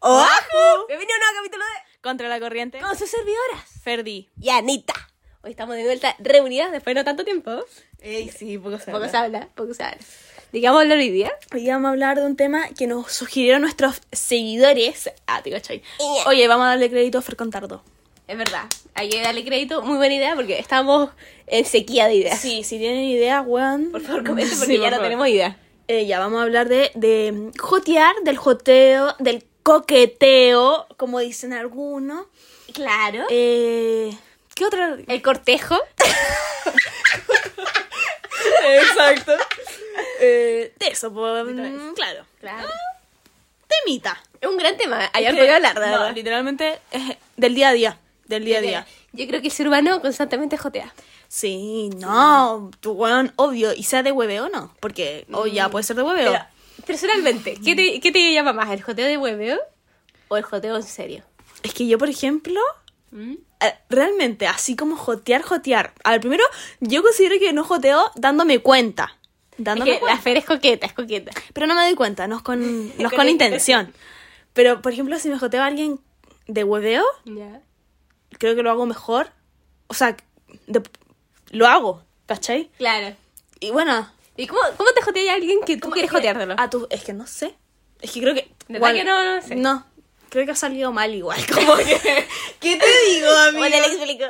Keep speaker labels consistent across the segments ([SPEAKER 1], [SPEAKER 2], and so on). [SPEAKER 1] ¡Oahu! Bienvenido a un nuevo capítulo de
[SPEAKER 2] Contra la corriente.
[SPEAKER 1] Con sus servidoras
[SPEAKER 2] Ferdi.
[SPEAKER 1] y Anita. Hoy estamos de vuelta reunidas después de no tanto tiempo.
[SPEAKER 2] Ey, sí, poco se
[SPEAKER 1] Poco se habla, poco se habla. Digamos hablar hoy día.
[SPEAKER 2] Hoy vamos a hablar de un tema que nos sugirieron nuestros seguidores. Ah, te cachai. Oye, vamos a darle crédito a Fer Contardo.
[SPEAKER 1] Es verdad, hay que darle crédito. Muy buena idea porque estamos en sequía de ideas.
[SPEAKER 2] Sí, si tienen idea, weón.
[SPEAKER 1] Por favor, comenten
[SPEAKER 2] Sí,
[SPEAKER 1] porque
[SPEAKER 2] por
[SPEAKER 1] ya no
[SPEAKER 2] favor.
[SPEAKER 1] tenemos idea.
[SPEAKER 2] Eh, ya, vamos a hablar de, de jotear, del joteo, del coqueteo, como dicen algunos.
[SPEAKER 1] Claro.
[SPEAKER 2] Eh, ¿Qué otra?
[SPEAKER 1] El cortejo.
[SPEAKER 2] Exacto. Eh, de eso, pues, mm, claro.
[SPEAKER 1] Claro.
[SPEAKER 2] Temita.
[SPEAKER 1] Es un gran tema. Hay
[SPEAKER 2] Es
[SPEAKER 1] algo que
[SPEAKER 2] que-
[SPEAKER 1] hablar, de
[SPEAKER 2] no,
[SPEAKER 1] verdad.
[SPEAKER 2] literalmente es del día a día. Del día a día.
[SPEAKER 1] Yo creo que el ser humano constantemente jotea.
[SPEAKER 2] Sí, no, tu weón, obvio. Y sea de hueveo o no. Porque, o ya puede ser de hueveo.
[SPEAKER 1] Pero, personalmente, ¿qué te, qué te llama más? ¿El joteo de hueveo o el joteo en serio?
[SPEAKER 2] Es que yo, por ejemplo,
[SPEAKER 1] ¿Mm?
[SPEAKER 2] eh, realmente, así como jotear, jotear. A ver, primero, yo considero que no joteo dándome cuenta. Dándome
[SPEAKER 1] Es que la
[SPEAKER 2] cuenta.
[SPEAKER 1] Fer es coqueta, es coqueta.
[SPEAKER 2] Pero no me doy cuenta, no es con, no es
[SPEAKER 1] Con
[SPEAKER 2] con
[SPEAKER 1] intención.
[SPEAKER 2] intención. Pero, por ejemplo, si me joteo a alguien de hueveo,
[SPEAKER 1] Ya.
[SPEAKER 2] creo que lo hago mejor. O sea, de- lo hago, ¿cachai?
[SPEAKER 1] Claro.
[SPEAKER 2] Y bueno,
[SPEAKER 1] ¿Y cómo, cómo te jotea a alguien que tú
[SPEAKER 2] ¿Cómo
[SPEAKER 1] quieres Ah,
[SPEAKER 2] es que-
[SPEAKER 1] joteártelo?
[SPEAKER 2] A tu, es que no sé. Es que creo que.
[SPEAKER 1] ¿Verdad que no? No sé.
[SPEAKER 2] creo que ha salido mal igual. Como que. ¿Qué te digo,
[SPEAKER 1] ¿Cómo te lo explico?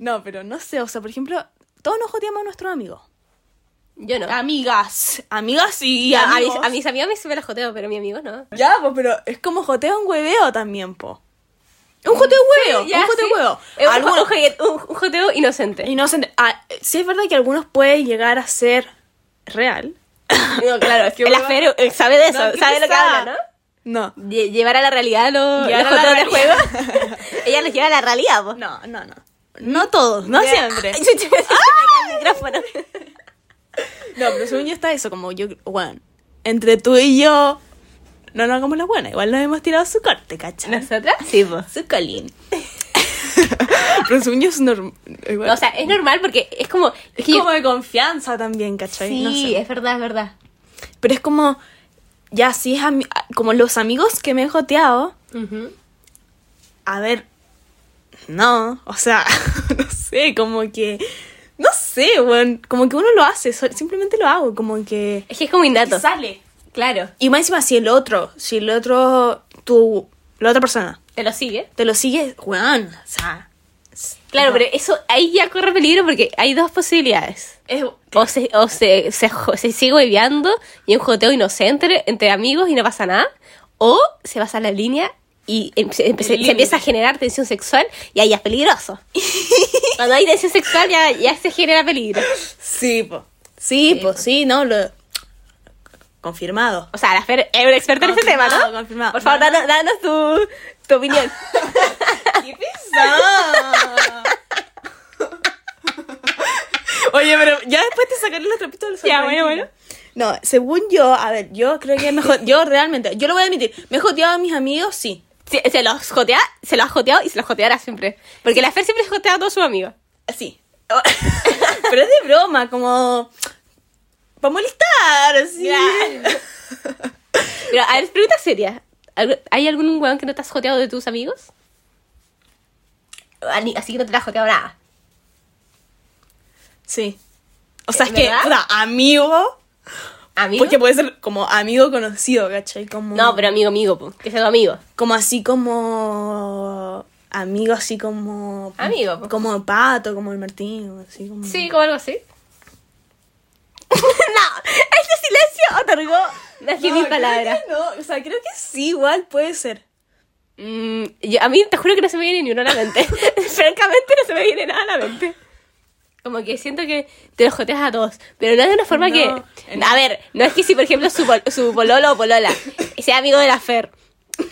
[SPEAKER 2] No, pero no sé. O sea, por ejemplo, todos nos joteamos a nuestros amigos.
[SPEAKER 1] Yo no.
[SPEAKER 2] Amigas. Amigas y,
[SPEAKER 1] a, a mis,
[SPEAKER 2] amigos.
[SPEAKER 1] a mis Ah, amigos me- me la joteo, pero a mis amigos no.
[SPEAKER 2] Ya, pues, pero es como joteo un hueveo también, po. Un joteo hueveo.
[SPEAKER 1] Ya,
[SPEAKER 2] un joteo
[SPEAKER 1] sí.
[SPEAKER 2] hueveo.
[SPEAKER 1] Es un,
[SPEAKER 2] Algunos-
[SPEAKER 1] jo- un jo- un joteo inocente.
[SPEAKER 2] Inocente. Ah, sí, es verdad que algunos puede llegar a ser real.
[SPEAKER 1] No, claro, es que
[SPEAKER 2] La
[SPEAKER 1] uno-
[SPEAKER 2] Fer eh, sabe de eso,
[SPEAKER 1] No, qué
[SPEAKER 2] sabe de lo que
[SPEAKER 1] pesada.
[SPEAKER 2] habla, ¿no? No.
[SPEAKER 1] Lle- Llevar a la realidad los,
[SPEAKER 2] Llevar
[SPEAKER 1] los
[SPEAKER 2] a la
[SPEAKER 1] joteos del juego.
[SPEAKER 2] realidad.
[SPEAKER 1] Ella los lleva a la realidad, vos.
[SPEAKER 2] No, no, no. No todos, no siempre.
[SPEAKER 1] Ay, chucha, me saca el micrófono.
[SPEAKER 2] No, pero según yo está eso, como yo, bueno, entre tú y yo, no nos hagamos la buena, igual nos hemos tirado su corte, ¿cachai?
[SPEAKER 1] ¿Nosotras? Sí, vos. Su colín.
[SPEAKER 2] Pero según yo es normal. Igual.
[SPEAKER 1] o sea, es normal porque es como...
[SPEAKER 2] es
[SPEAKER 1] que yo-
[SPEAKER 2] como de confianza también, ¿cachai?
[SPEAKER 1] Sí,
[SPEAKER 2] No sé.
[SPEAKER 1] es verdad, es verdad.
[SPEAKER 2] Pero es como, ya, si es ami- como los amigos que me he joteado, a ver, no, o sea, no sé, como que, no sé, bueno, como que uno lo hace, so- simplemente lo hago, como que...
[SPEAKER 1] Es que es como innato.
[SPEAKER 2] sale.
[SPEAKER 1] Claro.
[SPEAKER 2] Y más encima, si el otro, si el otro, tu, la otra persona,
[SPEAKER 1] Te lo sigue.
[SPEAKER 2] te lo sigue, weón, o sea,
[SPEAKER 1] Claro, pero eso ahí ya corre peligro porque hay dos posibilidades.
[SPEAKER 2] es,
[SPEAKER 1] O se, o se, se, jo- se sigue hueveando y un joteo inocente entre amigos y no pasa nada. O se pasa la línea y em- se, em- se- se
[SPEAKER 2] límite.
[SPEAKER 1] empieza a generar tensión sexual y ahí ya es peligroso. Cuando hay tensión sexual ya, ya se genera peligro.
[SPEAKER 2] sí, po, sí, po, sí, no, lo, confirmado.
[SPEAKER 1] O sea, la Fer es una experta en este tema,
[SPEAKER 2] Confirmado,
[SPEAKER 1] ¿no?
[SPEAKER 2] confirmado.
[SPEAKER 1] Por favor,
[SPEAKER 2] No,
[SPEAKER 1] danos, danos tu, tu opinión.
[SPEAKER 2] ¿Qué Oye, pero ya después te sacaré los trapitos del sol.
[SPEAKER 1] Ya, bueno,
[SPEAKER 2] tranquila.
[SPEAKER 1] bueno.
[SPEAKER 2] No, según yo, a ver, yo creo que me jo- yo realmente, yo lo voy a admitir, me he joteado a mis amigos, sí.
[SPEAKER 1] Sí, se los jotea, se los ha joteado y se los joteará siempre. Porque la Fer siempre se jotea a todos sus amigos.
[SPEAKER 2] Sí. Pero es de broma, como. Para molestar, así.
[SPEAKER 1] Claro. Pero, a ver, pregunta seria. ¿Algu- ¿Hay algún weón que no te has joteado de tus amigos? Ah, ni- Así que no te la has joteado nada.
[SPEAKER 2] Sí. O sea, es que,
[SPEAKER 1] ¿Verdad?
[SPEAKER 2] puta, amigo.
[SPEAKER 1] ¿Amigo?
[SPEAKER 2] Porque puede ser como amigo conocido, ¿cachai? Como,
[SPEAKER 1] No, pero amigo, amigo, po. que sea tu amigo.
[SPEAKER 2] Como así como. Amigo, así como.
[SPEAKER 1] Amigo, po.
[SPEAKER 2] Como pato, como el Martín, así pues. como.
[SPEAKER 1] Sí, como algo así. no, este silencio otorgó más que
[SPEAKER 2] No,
[SPEAKER 1] mil
[SPEAKER 2] creo
[SPEAKER 1] palabras.
[SPEAKER 2] que No, o sea, creo que sí, igual puede ser.
[SPEAKER 1] Mm, yo- a mí te juro que no se me viene ni uno a la mente. Francamente, no se me viene nada a la mente. Como que siento que te los joteas a todos, pero no de una forma
[SPEAKER 2] No,
[SPEAKER 1] que. A ver, no es que si, por ejemplo, su, pol- su pololo o polola sea amigo de la Fer.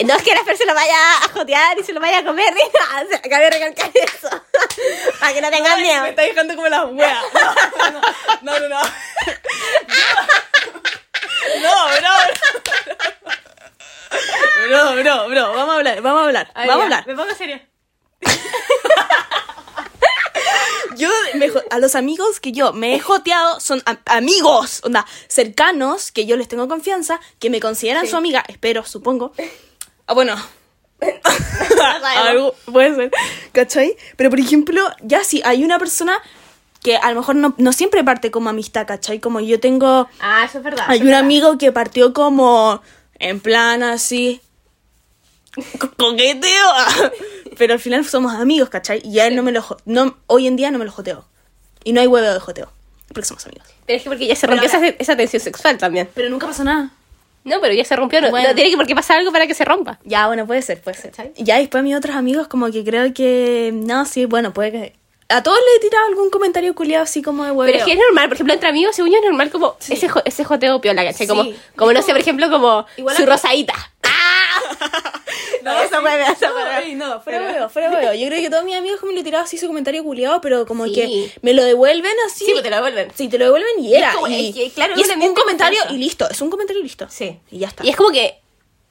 [SPEAKER 1] No es que la Fer se lo vaya a jotear y se lo vaya a comer ni nada. O sea, acabo de recalcar eso. Para que no tengan
[SPEAKER 2] Ay, Me
[SPEAKER 1] miedo.
[SPEAKER 2] está dejando como las weas. No, no, no. No, no, no. No, bro, bro. Bro, bro, bro. Vamos a hablar, vamos a hablar. vamos a hablar.
[SPEAKER 1] Me pongo serio.
[SPEAKER 2] Yo, me jo- a los amigos que yo me he joteado son am- amigos, onda, cercanos, que yo les tengo confianza, que me consideran su amiga, espero, supongo. Ah, bueno. Algo- puede ser. ¿Cachai? Pero por ejemplo, ya si hay una persona que a lo mejor no, no siempre parte como amistad, ¿cachai? Como yo tengo.
[SPEAKER 1] Ah, eso es verdad.
[SPEAKER 2] Hay
[SPEAKER 1] eso
[SPEAKER 2] un
[SPEAKER 1] es verdad.
[SPEAKER 2] amigo que partió como en plan así. co- Coqueteo. Pero al final somos amigos, ¿cachai? Y a él no me lo jo- no Hoy en día no me lo joteo. Y no hay huevo de joteo. Porque somos amigos.
[SPEAKER 1] Pero es que porque ya se rompió
[SPEAKER 2] Pero
[SPEAKER 1] esa, esa tensión sexual también.
[SPEAKER 2] Pero nunca pasó nada.
[SPEAKER 1] No, pero ya se rompió. No,
[SPEAKER 2] Bueno.
[SPEAKER 1] no tiene que por qué pasar algo para que se rompa.
[SPEAKER 2] Ya, bueno, puede ser, puede ser.
[SPEAKER 1] ¿Cachai?
[SPEAKER 2] Ya después mis otros amigos como que creo que... No, sí, bueno, puede que... A todos les he tirado algún comentario culiado así como de huevo.
[SPEAKER 1] Pero es que es normal, por ejemplo, entre amigos, según yo, es normal como ese, jo- ese joteo piola, ¿cachai?
[SPEAKER 2] Sí.
[SPEAKER 1] Como, como no sé, por ejemplo, como
[SPEAKER 2] Igual
[SPEAKER 1] su
[SPEAKER 2] a-
[SPEAKER 1] rosadita. ¡Ah! no, esa hueve, esa hueve.
[SPEAKER 2] no, fuera huevo, fuera huevo. Yo creo que todos mis amigos como le he tirado así su comentario culiado, pero como
[SPEAKER 1] Sí.
[SPEAKER 2] que me lo devuelven así.
[SPEAKER 1] Sí, pues te lo devuelven.
[SPEAKER 2] Sí, te lo devuelven y
[SPEAKER 1] es
[SPEAKER 2] era.
[SPEAKER 1] como-
[SPEAKER 2] y,
[SPEAKER 1] es que, claro,
[SPEAKER 2] y
[SPEAKER 1] uno
[SPEAKER 2] es un
[SPEAKER 1] también
[SPEAKER 2] comentario
[SPEAKER 1] piensa.
[SPEAKER 2] y listo. Es un comentario y listo.
[SPEAKER 1] Sí.
[SPEAKER 2] Y ya está.
[SPEAKER 1] Y es como que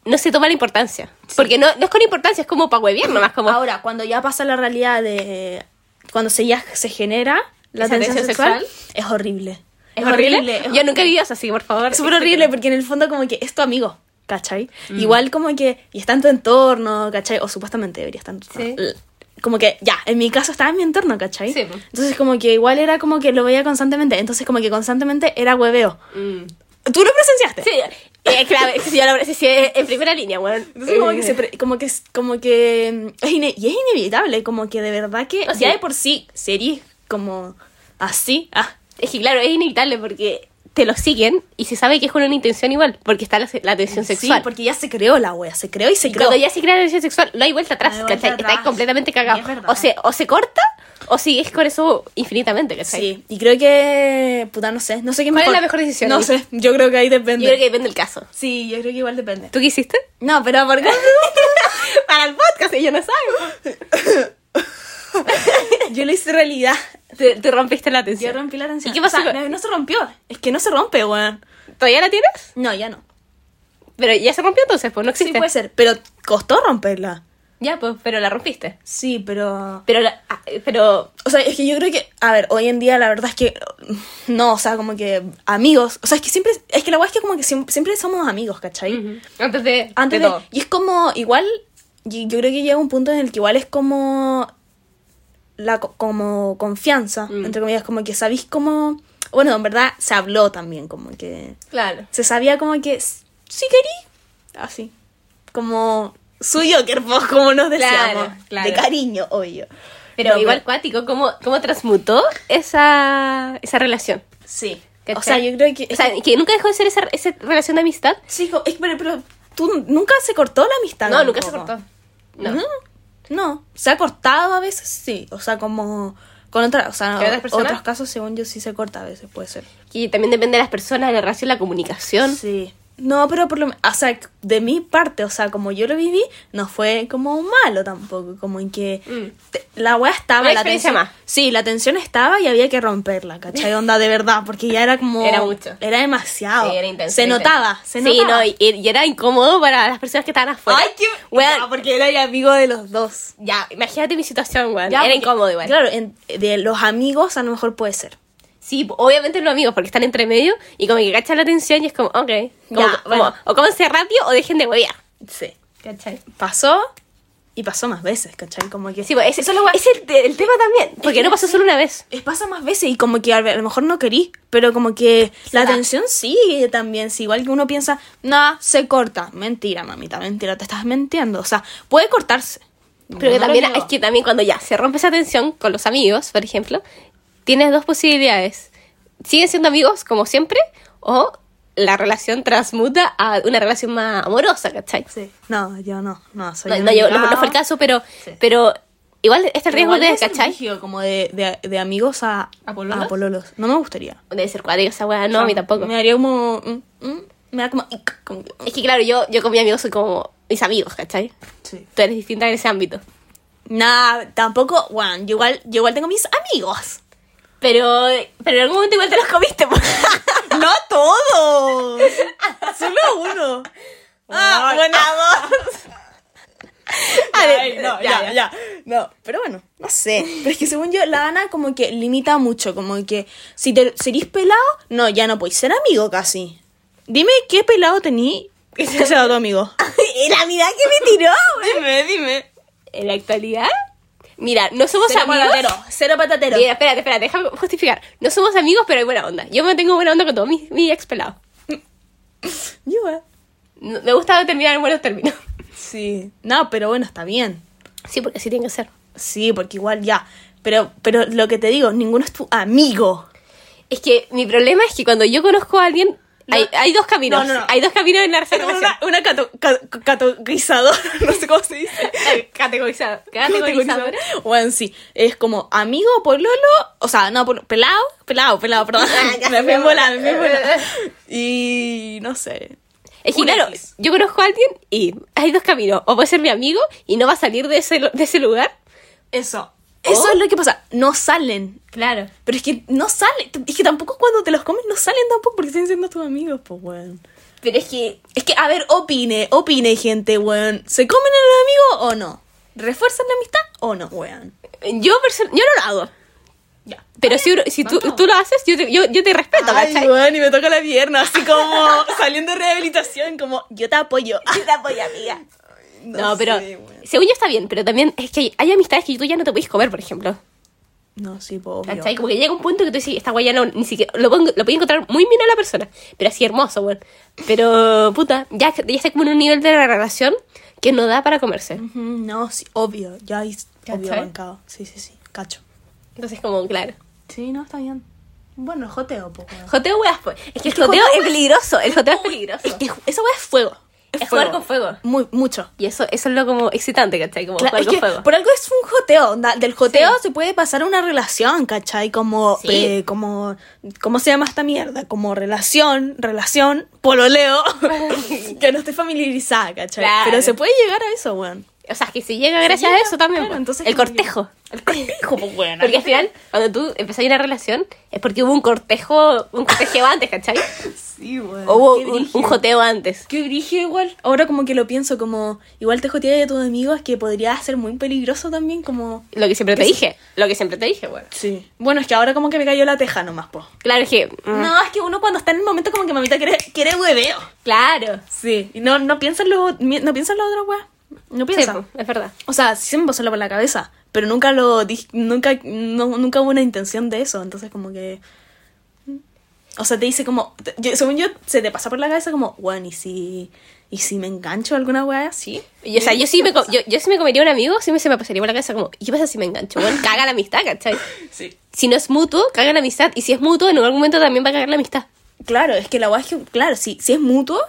[SPEAKER 1] no se toma la importancia. Porque no, no es con importancia, es como para huevear nomás. Como,
[SPEAKER 2] Ahora, cuando ya pasa la realidad de... Cuando se ya se genera la
[SPEAKER 1] ¿Esa
[SPEAKER 2] tensión
[SPEAKER 1] tensión
[SPEAKER 2] sexual,
[SPEAKER 1] sexual?
[SPEAKER 2] es horrible.
[SPEAKER 1] ¿es horrible?
[SPEAKER 2] es
[SPEAKER 1] Yo nunca he vivido eso, así que por favor.
[SPEAKER 2] Es súper horrible porque en el fondo como que es tu amigo, ¿cachai?
[SPEAKER 1] Mm.
[SPEAKER 2] Igual como que, y está en tu entorno, ¿cachai? O supuestamente debería estar en tu
[SPEAKER 1] Sí.
[SPEAKER 2] entorno. Como que, ya, en mi caso estaba en mi entorno, ¿cachai?
[SPEAKER 1] Sí, po.
[SPEAKER 2] Entonces como que igual era como que lo veía constantemente, entonces como que constantemente era hueveo. ¿Tú lo presenciaste?
[SPEAKER 1] Mm, Sí, eh, claro, es que si yo lo- si- si es en primera línea, weón.
[SPEAKER 2] Entonces como que,
[SPEAKER 1] Eh.
[SPEAKER 2] se pre- como que, es- como que mm, es ine- y es inevitable, como que de verdad que
[SPEAKER 1] O sea,
[SPEAKER 2] ya de por sí sería como así, ah,
[SPEAKER 1] Eh, Es que claro, es inevitable porque te lo siguen y se sabe que es con una intención igual, porque está la, la tensión sexual.
[SPEAKER 2] sí, porque ya se creó la wea, se creó y se
[SPEAKER 1] Y
[SPEAKER 2] creó.
[SPEAKER 1] Cuando ya se crea la tensión sexual, no hay vuelta atrás,
[SPEAKER 2] No hay vuelta
[SPEAKER 1] ¿cachai?
[SPEAKER 2] atrás.
[SPEAKER 1] Estás completamente
[SPEAKER 2] Y es
[SPEAKER 1] cagado.
[SPEAKER 2] verdad.
[SPEAKER 1] O se, o se corta o sigues con eso infinitamente, ¿cachai?
[SPEAKER 2] Sí, y creo que. Puta, no sé. No sé qué
[SPEAKER 1] ¿Cuál es la mejor decisión
[SPEAKER 2] No
[SPEAKER 1] ahí?
[SPEAKER 2] sé, yo creo que ahí depende.
[SPEAKER 1] Yo creo que depende del caso.
[SPEAKER 2] Sí, yo creo que igual depende.
[SPEAKER 1] ¿Tú qué hiciste?
[SPEAKER 2] No, pero ¿por qué?
[SPEAKER 1] Para el podcast, yo no sabe.
[SPEAKER 2] yo lo hice realidad.
[SPEAKER 1] Te, te rompiste la tensión.
[SPEAKER 2] Yo rompí la tensión.
[SPEAKER 1] ¿Y qué pasó?
[SPEAKER 2] O sea, no, no se rompió. Es que no se rompe, weón.
[SPEAKER 1] ¿Todavía la tienes?
[SPEAKER 2] No, ya no.
[SPEAKER 1] Pero ya se rompió entonces, pues no
[SPEAKER 2] Sí,
[SPEAKER 1] existe.
[SPEAKER 2] puede ser. Pero costó romperla.
[SPEAKER 1] Ya, pues, pero la rompiste.
[SPEAKER 2] Sí, pero.
[SPEAKER 1] Pero, la- ah, pero
[SPEAKER 2] O sea, es que yo creo que. A ver, hoy en día la verdad es que. No, o sea, como que. Amigos. O sea, es que siempre. Es que la weá es que como que siem- siempre somos amigos, ¿cachai?
[SPEAKER 1] antes de,
[SPEAKER 2] Antes
[SPEAKER 1] de
[SPEAKER 2] de- y es como, igual, y- yo creo que llega un punto en el que igual es como la co- como confianza,
[SPEAKER 1] Mm.
[SPEAKER 2] entre comillas, como que sabéis cómo, bueno, en verdad se habló también, como que
[SPEAKER 1] Claro.
[SPEAKER 2] se sabía como que s- sí querí, así, como suyo, que hermoso, como nos decíamos,
[SPEAKER 1] Claro, claro.
[SPEAKER 2] de cariño, obvio.
[SPEAKER 1] Pero
[SPEAKER 2] No,
[SPEAKER 1] igual, cuático, ¿cómo, cómo transmutó esa, esa relación?
[SPEAKER 2] sí.
[SPEAKER 1] ¿Cachai?
[SPEAKER 2] O sea, yo creo que...
[SPEAKER 1] O sea, que nunca dejó de ser esa, esa relación de amistad.
[SPEAKER 2] sí, jo- es- pero, pero tú nunca se cortó la amistad.
[SPEAKER 1] No, nunca se
[SPEAKER 2] tampoco.
[SPEAKER 1] cortó. No.
[SPEAKER 2] No. no. Se ha cortado a veces, sí. O sea, como con otras, o sea,
[SPEAKER 1] ¿Con otras personas?
[SPEAKER 2] otros casos, según yo, sí se corta a veces, puede ser.
[SPEAKER 1] Y también depende de las personas, la relación, la comunicación.
[SPEAKER 2] Sí. No, pero por lo menos, o sea, de mi parte, o sea, como yo lo viví, no fue como malo tampoco, como en que
[SPEAKER 1] Mm.
[SPEAKER 2] te- la weá estaba,
[SPEAKER 1] Una
[SPEAKER 2] la
[SPEAKER 1] experiencia
[SPEAKER 2] tensión-
[SPEAKER 1] más.
[SPEAKER 2] Sí, la tensión estaba y había que romperla, ¿cachai? Onda de verdad, porque ya era como...
[SPEAKER 1] Era mucho.
[SPEAKER 2] Era demasiado.
[SPEAKER 1] Sí, era intenso,
[SPEAKER 2] Ah, Se
[SPEAKER 1] era
[SPEAKER 2] notaba,
[SPEAKER 1] intenso.
[SPEAKER 2] se
[SPEAKER 1] Sí, no,
[SPEAKER 2] notaba.
[SPEAKER 1] y, y era incómodo para las personas que estaban afuera.
[SPEAKER 2] Ay, qué...
[SPEAKER 1] Weón,
[SPEAKER 2] Ya, porque era el amigo de los dos.
[SPEAKER 1] ya, imagínate mi situación, weón.
[SPEAKER 2] Ya,
[SPEAKER 1] Era
[SPEAKER 2] porque-
[SPEAKER 1] incómodo igual.
[SPEAKER 2] Claro, en- de los amigos a lo mejor puede ser.
[SPEAKER 1] Sí, obviamente los amigos, porque están entre medio y como que cachan la atención y es como, ok. Como,
[SPEAKER 2] Ya,
[SPEAKER 1] como-
[SPEAKER 2] bueno.
[SPEAKER 1] O como sea rápido o dejen de huevear.
[SPEAKER 2] Sí.
[SPEAKER 1] ¿Cachai?
[SPEAKER 2] Pasó y pasó más veces, ¿cachai? Como que...
[SPEAKER 1] Sí, pues, ese- es el, te- el tema también. Porque no pasó solo una vez.
[SPEAKER 2] Es- pasa más veces y como que a ver, a lo mejor no querí, pero como que la
[SPEAKER 1] da.
[SPEAKER 2] atención sigue también. Si igual que uno piensa, nah, se corta. Mentira, mamita, mentira, te estás mintiendo. O sea, puede cortarse.
[SPEAKER 1] Pero que
[SPEAKER 2] No lo
[SPEAKER 1] también
[SPEAKER 2] niego.
[SPEAKER 1] es que también cuando ya se rompe esa tensión con los amigos, por ejemplo, tienes dos posibilidades. Siguen siendo amigos como siempre o la relación transmuta a una relación más amorosa, ¿cachai?
[SPEAKER 2] Sí. No, yo no, no, soy
[SPEAKER 1] No,
[SPEAKER 2] un
[SPEAKER 1] no, yo- no-
[SPEAKER 2] ligado.
[SPEAKER 1] no fue el caso, pero,
[SPEAKER 2] Sí.
[SPEAKER 1] pero igual está el
[SPEAKER 2] Pero
[SPEAKER 1] riesgo
[SPEAKER 2] igual
[SPEAKER 1] de,
[SPEAKER 2] es el
[SPEAKER 1] ¿cachai?
[SPEAKER 2] brígido, Como de, de- de amigos a,
[SPEAKER 1] ¿A pololos?
[SPEAKER 2] a pololos. No me gustaría.
[SPEAKER 1] De ser cuadriga esa weá, no, a mí tampoco.
[SPEAKER 2] Me daría como... mm, mm, me da como... ic, como que, mm,
[SPEAKER 1] Es que claro, yo, yo con mis amigos soy como mis amigos, ¿cachai?
[SPEAKER 2] sí.
[SPEAKER 1] Tú eres distinta en ese ámbito.
[SPEAKER 2] Nah, tampoco, bueno, yo igual, yo igual tengo mis amigos.
[SPEAKER 1] Pero, pero en algún momento igual te los comiste. pues. po.
[SPEAKER 2] No todos. Solo uno.
[SPEAKER 1] Ah, bueno,
[SPEAKER 2] A ver,
[SPEAKER 1] Ay, no,
[SPEAKER 2] ya,
[SPEAKER 1] ya,
[SPEAKER 2] ya, No, pero bueno, no sé. Pero es que según yo, la Ana como que limita mucho. Como que si te serís pelado, no, ya no podéis ser amigo casi. Dime qué pelado tení ¿Qué será tu amigo?
[SPEAKER 1] Y la mirada que me tiró, güey.
[SPEAKER 2] Dime, dime.
[SPEAKER 1] En la actualidad, mira, no somos
[SPEAKER 2] Cero
[SPEAKER 1] amigos.
[SPEAKER 2] patatero, cero patatero.
[SPEAKER 1] Mira, espérate, espérate, déjame justificar. No somos amigos, pero hay buena onda. Yo me tengo buena onda con todos mis, mis ex pelados.
[SPEAKER 2] Yo,
[SPEAKER 1] No- Me gusta terminar en buenos términos.
[SPEAKER 2] Sí. No, pero bueno, está bien.
[SPEAKER 1] Sí, porque así tiene que ser.
[SPEAKER 2] Sí, porque igual ya. Pero, pero lo que te digo, ninguno es tu amigo.
[SPEAKER 1] Es que mi problema es que cuando yo conozco a alguien,
[SPEAKER 2] No.
[SPEAKER 1] hay, hay dos caminos.
[SPEAKER 2] No, no, no.
[SPEAKER 1] Hay dos caminos en la
[SPEAKER 2] Es como
[SPEAKER 1] relación.
[SPEAKER 2] una, una cato- ca- categorizadora, no sé cómo se dice.
[SPEAKER 1] Categorizado. Categorizado.
[SPEAKER 2] Bueno, sí. Es como amigo, pololo, o sea, no, polo- pelado, pelado, pelado, perdón.
[SPEAKER 1] Ah, ya
[SPEAKER 2] me fui
[SPEAKER 1] sé.
[SPEAKER 2] en bola, me fui en bola. Y no sé.
[SPEAKER 1] Es que
[SPEAKER 2] Una
[SPEAKER 1] claro,
[SPEAKER 2] X.
[SPEAKER 1] yo conozco a alguien y hay dos caminos. O puede ser mi amigo y no va a salir de ese, de ese lugar.
[SPEAKER 2] Eso. Eso es lo que pasa. No salen.
[SPEAKER 1] Claro.
[SPEAKER 2] Pero es que no salen. Es que tampoco cuando te los comes no salen tampoco porque siguen siendo tus amigos, pues, weón.
[SPEAKER 1] Pero es que
[SPEAKER 2] Es que, a ver, opine, opine, gente, weón. ¿Se comen a los amigos o no? ¿Refuerzan la amistad o no, weón?
[SPEAKER 1] yo, perso- yo no lo hago.
[SPEAKER 2] Ya.
[SPEAKER 1] Pero si, uno- si tú,
[SPEAKER 2] Vamos.
[SPEAKER 1] tú lo haces, yo te, yo, yo te respeto,
[SPEAKER 2] Ay,
[SPEAKER 1] ¿cachai?
[SPEAKER 2] weón, y me toca la pierna, así como saliendo de rehabilitación, como yo te apoyo.
[SPEAKER 1] Yo te apoyo, amiga. No, pero
[SPEAKER 2] sé, weón.
[SPEAKER 1] según yo está bien, pero también es que hay, hay amistades que tú ya no te podéis comer, por ejemplo.
[SPEAKER 2] No, sí, po, obvio.
[SPEAKER 1] ¿Cachai? Como que llega un punto que tú dices, esta guaya no, ni siquiera, lo, pongo- lo podía encontrar muy bien a la persona, pero así hermoso, weón. Pero, puta, ya, ya está como en un nivel de la relación que no da para comerse.
[SPEAKER 2] Ujú, No, sí, obvio. Ya hay obvio
[SPEAKER 1] ¿Cachai?
[SPEAKER 2] bancado. Sí, sí, sí. Cacho.
[SPEAKER 1] Entonces, como, claro.
[SPEAKER 2] Sí, no, está bien. Bueno, joteo, po, weón.
[SPEAKER 1] Joteo, weas, pues. Es que el
[SPEAKER 2] que
[SPEAKER 1] joteo,
[SPEAKER 2] joteo,
[SPEAKER 1] es
[SPEAKER 2] weas-
[SPEAKER 1] peligroso, el joteo es peligroso.
[SPEAKER 2] Es que esa weá es fuego.
[SPEAKER 1] Es jugar con fuego.
[SPEAKER 2] Muy, mucho.
[SPEAKER 1] Y eso, eso es lo como excitante, ¿cachai? Como
[SPEAKER 2] Cla-
[SPEAKER 1] jugar
[SPEAKER 2] es
[SPEAKER 1] con
[SPEAKER 2] que
[SPEAKER 1] fuego.
[SPEAKER 2] por algo es un joteo, onda, del joteo
[SPEAKER 1] Sí.
[SPEAKER 2] se puede pasar a una relación, ¿cachai? Como,
[SPEAKER 1] Sí.
[SPEAKER 2] eh, como, ¿cómo se llama esta mierda? Como relación, relación, pololeo, que no esté familiarizada, ¿cachai?
[SPEAKER 1] Claro.
[SPEAKER 2] Pero se puede llegar a eso, weón.
[SPEAKER 1] O sea, es que si llega gracias
[SPEAKER 2] llega,
[SPEAKER 1] a eso también,
[SPEAKER 2] claro,
[SPEAKER 1] pues.
[SPEAKER 2] entonces
[SPEAKER 1] el
[SPEAKER 2] como que-
[SPEAKER 1] cortejo.
[SPEAKER 2] El cortejo, pues, weón.
[SPEAKER 1] Porque al final, cuando tú empezaste una relación, es porque hubo un cortejo, un cortejeo antes, ¿cachai?
[SPEAKER 2] Sí, weón.
[SPEAKER 1] O hubo
[SPEAKER 2] Ah, Qué
[SPEAKER 1] un,
[SPEAKER 2] brígido.
[SPEAKER 1] un joteo antes.
[SPEAKER 2] Qué brígido igual. Ahora como que lo pienso, como, igual te joteas a tus amigos que podría ser muy peligroso también, como...
[SPEAKER 1] Lo que siempre te dije. Lo que siempre te dije, bueno.
[SPEAKER 2] Sí. Bueno, es que ahora como que me cayó la teja nomás, po.
[SPEAKER 1] Claro, es que. mm,
[SPEAKER 2] No, es que uno cuando está en el momento como que mamita quiere, quiere hueveo.
[SPEAKER 1] Claro.
[SPEAKER 2] Sí, y no, no piensas lo, no piensas lo otro, weá. No
[SPEAKER 1] Sí,
[SPEAKER 2] piensas.
[SPEAKER 1] po, es verdad.
[SPEAKER 2] o sea, sí se me pasó la por la cabeza, pero nunca lo dij- nunca, no- nunca hubo una intención de eso, entonces como que... O sea, te dice como, te- yo- según yo, se te pasa por la cabeza como, bueno, ¿y si, y si me engancho a alguna weá así?
[SPEAKER 1] Y, o sea, yo sí me, co- yo, yo sí me comería un amigo, sí me, se me pasaría por la cabeza como, ¿y qué pasa si me engancho? Bueno, caga la amistad, ¿cachai?
[SPEAKER 2] Sí.
[SPEAKER 1] Si no es mutuo, caga la amistad. Y si es mutuo, en algún momento también va a cagar la amistad.
[SPEAKER 2] Claro, es que la weá es que, claro, si, si es mutuo,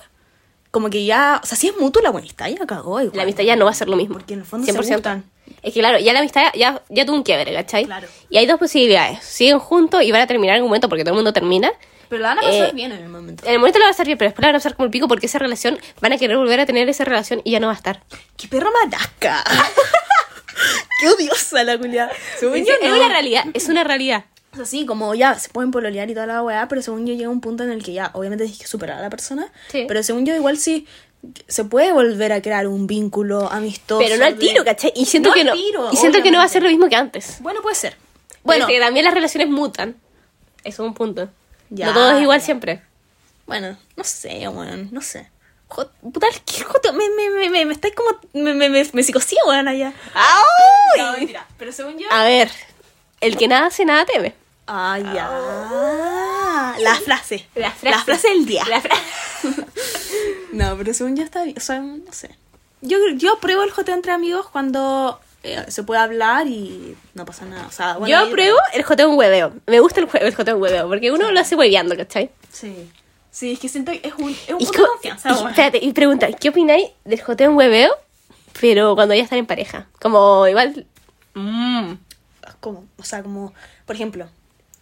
[SPEAKER 2] como que ya, o sea, si es mutuo la amistad ya cagó igual.
[SPEAKER 1] La amistad ya no va a ser lo mismo.
[SPEAKER 2] Porque en el fondo se gustan.
[SPEAKER 1] Es que claro, ya la amistad ya, ya tuvo un quiebre, ¿cachai?
[SPEAKER 2] Claro.
[SPEAKER 1] Y hay dos posibilidades. Siguen juntos y van a terminar en algún momento porque todo el mundo termina.
[SPEAKER 2] Pero la van a pasar
[SPEAKER 1] Eh,
[SPEAKER 2] bien en el momento.
[SPEAKER 1] En el momento la va a estar bien, pero después la van a pasar como el pico porque esa relación, van a querer volver a tener esa relación y ya no va a estar.
[SPEAKER 2] ¡Qué perra maraca! ¡Qué odiosa la culia! Según
[SPEAKER 1] Es,
[SPEAKER 2] yo,
[SPEAKER 1] es
[SPEAKER 2] no.
[SPEAKER 1] una realidad, es una realidad.
[SPEAKER 2] O sea, sí, como ya se pueden pololear y toda la weá, pero según yo llega un punto en el que ya, obviamente, tienes que superar a la persona.
[SPEAKER 1] Sí.
[SPEAKER 2] Pero según yo, igual sí se puede volver a crear un vínculo amistoso.
[SPEAKER 1] Pero no al
[SPEAKER 2] de-
[SPEAKER 1] tiro, ¿cachai? Y siento,
[SPEAKER 2] No
[SPEAKER 1] que,
[SPEAKER 2] al
[SPEAKER 1] no,
[SPEAKER 2] tiro,
[SPEAKER 1] y siento que no va a
[SPEAKER 2] obviamente.
[SPEAKER 1] ser lo mismo que antes.
[SPEAKER 2] Bueno, puede ser.
[SPEAKER 1] Bueno.
[SPEAKER 2] Bueno,
[SPEAKER 1] Porque también las relaciones mutan. Eso es un punto.
[SPEAKER 2] Ya,
[SPEAKER 1] no todo es igual
[SPEAKER 2] ya.
[SPEAKER 1] siempre.
[SPEAKER 2] bueno, no sé, weón, no sé. Jo- Puta, es que joto, me, me, me, me, me estáis como. Me, me, me, me psicosía, weón, allá.
[SPEAKER 1] ¡Ay!
[SPEAKER 2] No, mentira. Pero según yo.
[SPEAKER 1] A ver, el que nada hace, nada teme.
[SPEAKER 2] Ah, ya. La frase.
[SPEAKER 1] Ah. La frase.
[SPEAKER 2] La frase del día.
[SPEAKER 1] La fra-
[SPEAKER 2] No, pero según yo está bien. O sea, no sé. Yo, yo apruebo el joteo entre amigos cuando eh, se puede hablar y no pasa nada. O sea, bueno,
[SPEAKER 1] yo apruebo el joteo en hueveo. Me gusta el, jue- el joteo en hueveo, porque uno lo hace hueveando, ¿cachai?
[SPEAKER 2] Sí. Sí, es que siento que es un, es un
[SPEAKER 1] Y,
[SPEAKER 2] punto de
[SPEAKER 1] co-
[SPEAKER 2] confianza.
[SPEAKER 1] y-
[SPEAKER 2] bueno.
[SPEAKER 1] espérate, y pregunta, ¿qué opináis del joteo en hueveo, pero cuando ya están en pareja? Como igual... Mm.
[SPEAKER 2] ¿Cómo? O sea, como, por ejemplo.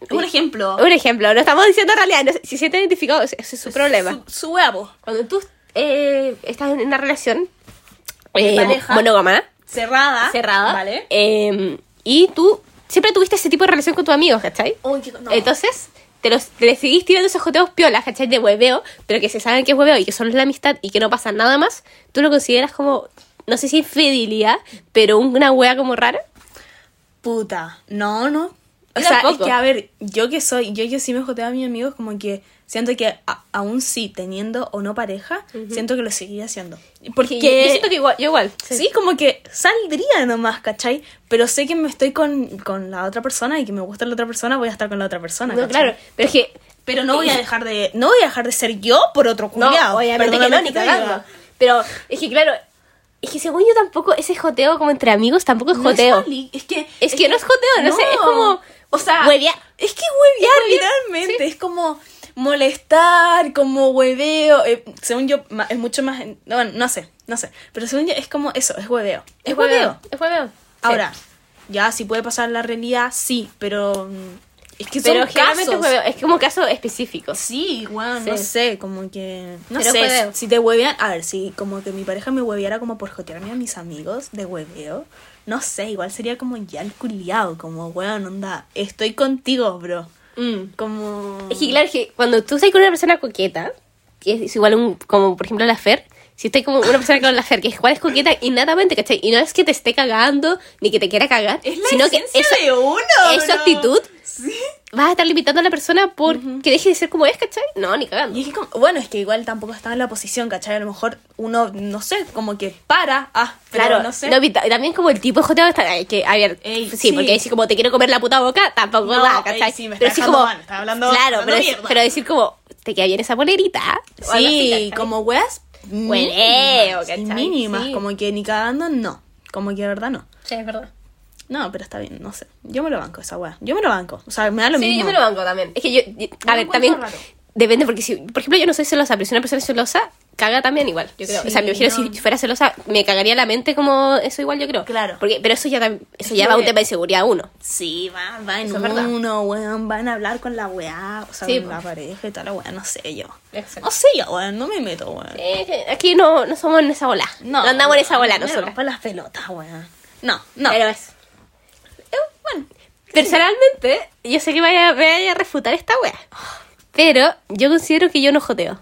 [SPEAKER 2] eh, Un ejemplo.
[SPEAKER 1] Un ejemplo, no estamos diciendo en realidad, no sé, si se sienten identificados, ese es su problema.
[SPEAKER 2] Su, su huevo.
[SPEAKER 1] Cuando tú eh, estás en una relación ¿ah? eh,
[SPEAKER 2] pareja.
[SPEAKER 1] monógama,
[SPEAKER 2] Cerrada.
[SPEAKER 1] cerrada,
[SPEAKER 2] ¿Vale?
[SPEAKER 1] eh, y tú siempre tuviste ese tipo de relación con tus amigos, ¿cachai?
[SPEAKER 2] Uy, qué- no.
[SPEAKER 1] Entonces, te, los, te le seguís tirando esos joteos piolas, ¿cachai? De hueveo, pero que se saben que es hueveo y que solo es la amistad y que no pasa nada más. Tú lo consideras como, no sé si infidelidad, pero una hueá como rara.
[SPEAKER 2] Puta. No, no. O
[SPEAKER 1] Yo
[SPEAKER 2] sea, es
[SPEAKER 1] tampoco.
[SPEAKER 2] que a ver, yo que soy, yo que sí me joteo a mis amigos, como que siento que a- aún sí, teniendo o no pareja, siento que lo seguiría haciendo. Porque
[SPEAKER 1] Porque yo, yo siento que igual, yo igual.
[SPEAKER 2] Sí. como que saldría nomás, ¿cachai? Pero sé que me estoy con, con la otra persona y que me gusta la otra persona, voy a estar con la otra persona.
[SPEAKER 1] No,
[SPEAKER 2] ¿cachai?
[SPEAKER 1] claro, pero es que
[SPEAKER 2] Pero no voy a dejar de, no voy a dejar de ser yo por otro
[SPEAKER 1] No,
[SPEAKER 2] culiao.
[SPEAKER 1] obviamente que no,
[SPEAKER 2] Perdóname
[SPEAKER 1] ni
[SPEAKER 2] te diga.
[SPEAKER 1] cagando. Pero es que claro, es que según yo tampoco, ese joteo como entre amigos tampoco es
[SPEAKER 2] No es
[SPEAKER 1] joteo.
[SPEAKER 2] pali- es que
[SPEAKER 1] Es que no es joteo, no sé, es como-
[SPEAKER 2] o sea,
[SPEAKER 1] Huevear.
[SPEAKER 2] es que huevear,
[SPEAKER 1] Es huevear,
[SPEAKER 2] literalmente, es como molestar, como hueveo, eh, según yo ma- es mucho más, no, bueno, no sé, no sé, pero según yo es como eso, es hueveo, es, hueveo.
[SPEAKER 1] Es hueveo. Sí.
[SPEAKER 2] Ahora, ya si puede pasar en la realidad, sí, pero mm, es que
[SPEAKER 1] pero
[SPEAKER 2] son
[SPEAKER 1] generalmente
[SPEAKER 2] casos.
[SPEAKER 1] es hueveo, es como caso específico.
[SPEAKER 2] Sí, bueno,
[SPEAKER 1] Sí.
[SPEAKER 2] no sé, como que... No
[SPEAKER 1] Pero
[SPEAKER 2] sé,
[SPEAKER 1] hueveo.
[SPEAKER 2] si te huevean... A ver, si como que mi pareja me hueveara como por jotearme a mis amigos de hueveo, no sé, igual sería como ya el culiao, como, weón, onda, estoy contigo, bro. Mm. Como...
[SPEAKER 1] Es que claro, es que cuando tú estás con una persona coqueta, que es, es igual un, como por ejemplo la Fer, si estás como una persona con la Fer, que es cual es coqueta innatamente, ¿cachai? Y no es que te esté cagando ni que te quiera cagar,
[SPEAKER 2] Es la
[SPEAKER 1] sino que
[SPEAKER 2] esencia
[SPEAKER 1] esa,
[SPEAKER 2] de uno,
[SPEAKER 1] esa
[SPEAKER 2] bro.
[SPEAKER 1] actitud
[SPEAKER 2] Sí.
[SPEAKER 1] vas a estar limitando a la persona por que deje de ser como es, ¿cachai? No, ni cagando.
[SPEAKER 2] Y es que como- bueno, es que igual tampoco estaba en la posición, ¿cachai? A lo mejor uno, no sé, como que para, ah, pero
[SPEAKER 1] Claro,
[SPEAKER 2] no sé.
[SPEAKER 1] y ta- también como el tipo de joteo está, ay, que, a ver,
[SPEAKER 2] Ey,
[SPEAKER 1] sí,
[SPEAKER 2] sí.
[SPEAKER 1] porque decir como te quiero comer la puta boca, tampoco
[SPEAKER 2] No,
[SPEAKER 1] da, ¿cachai?
[SPEAKER 2] ey, sí, me está
[SPEAKER 1] sí
[SPEAKER 2] dejando mal, está hablando-
[SPEAKER 1] claro,
[SPEAKER 2] hablando
[SPEAKER 1] pero, decir-
[SPEAKER 2] mierda.
[SPEAKER 1] pero decir como, te queda bien esa polerita. O algo así,
[SPEAKER 2] Sí,
[SPEAKER 1] ¿cachai?
[SPEAKER 2] como weas
[SPEAKER 1] Hueveo,
[SPEAKER 2] mínimas,
[SPEAKER 1] ¿cachai?
[SPEAKER 2] mínimas,
[SPEAKER 1] Sí.
[SPEAKER 2] como que ni cagando, no. Como que de verdad no.
[SPEAKER 1] Sí, es verdad.
[SPEAKER 2] No, pero está bien, no sé. Yo me lo banco esa wea. Yo me lo banco. O sea, me da lo
[SPEAKER 1] sí,
[SPEAKER 2] mismo.
[SPEAKER 1] yo me lo banco también. Es que yo, yo- a
[SPEAKER 2] lo
[SPEAKER 1] ver,
[SPEAKER 2] encuentro
[SPEAKER 1] también
[SPEAKER 2] raro.
[SPEAKER 1] depende, porque si, por ejemplo, yo no soy celosa, pero si una persona es celosa, caga también igual, yo creo. o sea,
[SPEAKER 2] Sí,
[SPEAKER 1] me imagino
[SPEAKER 2] no.
[SPEAKER 1] si fuera celosa, me cagaría la mente como eso igual, yo creo.
[SPEAKER 2] Claro.
[SPEAKER 1] Porque, pero eso ya, tam- eso
[SPEAKER 2] Es
[SPEAKER 1] ya va a un
[SPEAKER 2] que-
[SPEAKER 1] tema de seguridad a uno.
[SPEAKER 2] Sí, va, va en
[SPEAKER 1] Eso es verdad.
[SPEAKER 2] uno, weón. Van a hablar con la weá, o sea,
[SPEAKER 1] Sí,
[SPEAKER 2] con
[SPEAKER 1] pues.
[SPEAKER 2] la pareja y tal, la weá, no sé yo.
[SPEAKER 1] Exacto.
[SPEAKER 2] No sé yo, weón, no me meto, weón.
[SPEAKER 1] Eh, que aquí no, no somos en esa bola. No, andamos en esa bola
[SPEAKER 2] no,
[SPEAKER 1] nosotros.
[SPEAKER 2] las pelotas, weón. No, no.
[SPEAKER 1] Pero es.
[SPEAKER 2] Eh, bueno,
[SPEAKER 1] Personalmente, yo sé que vaya, me vaya a refutar esta wea. Pero yo considero que yo no joteo.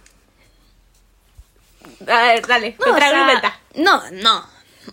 [SPEAKER 1] A ver, dale,
[SPEAKER 2] No,
[SPEAKER 1] contra
[SPEAKER 2] o sea,
[SPEAKER 1] argumenta.
[SPEAKER 2] No, no.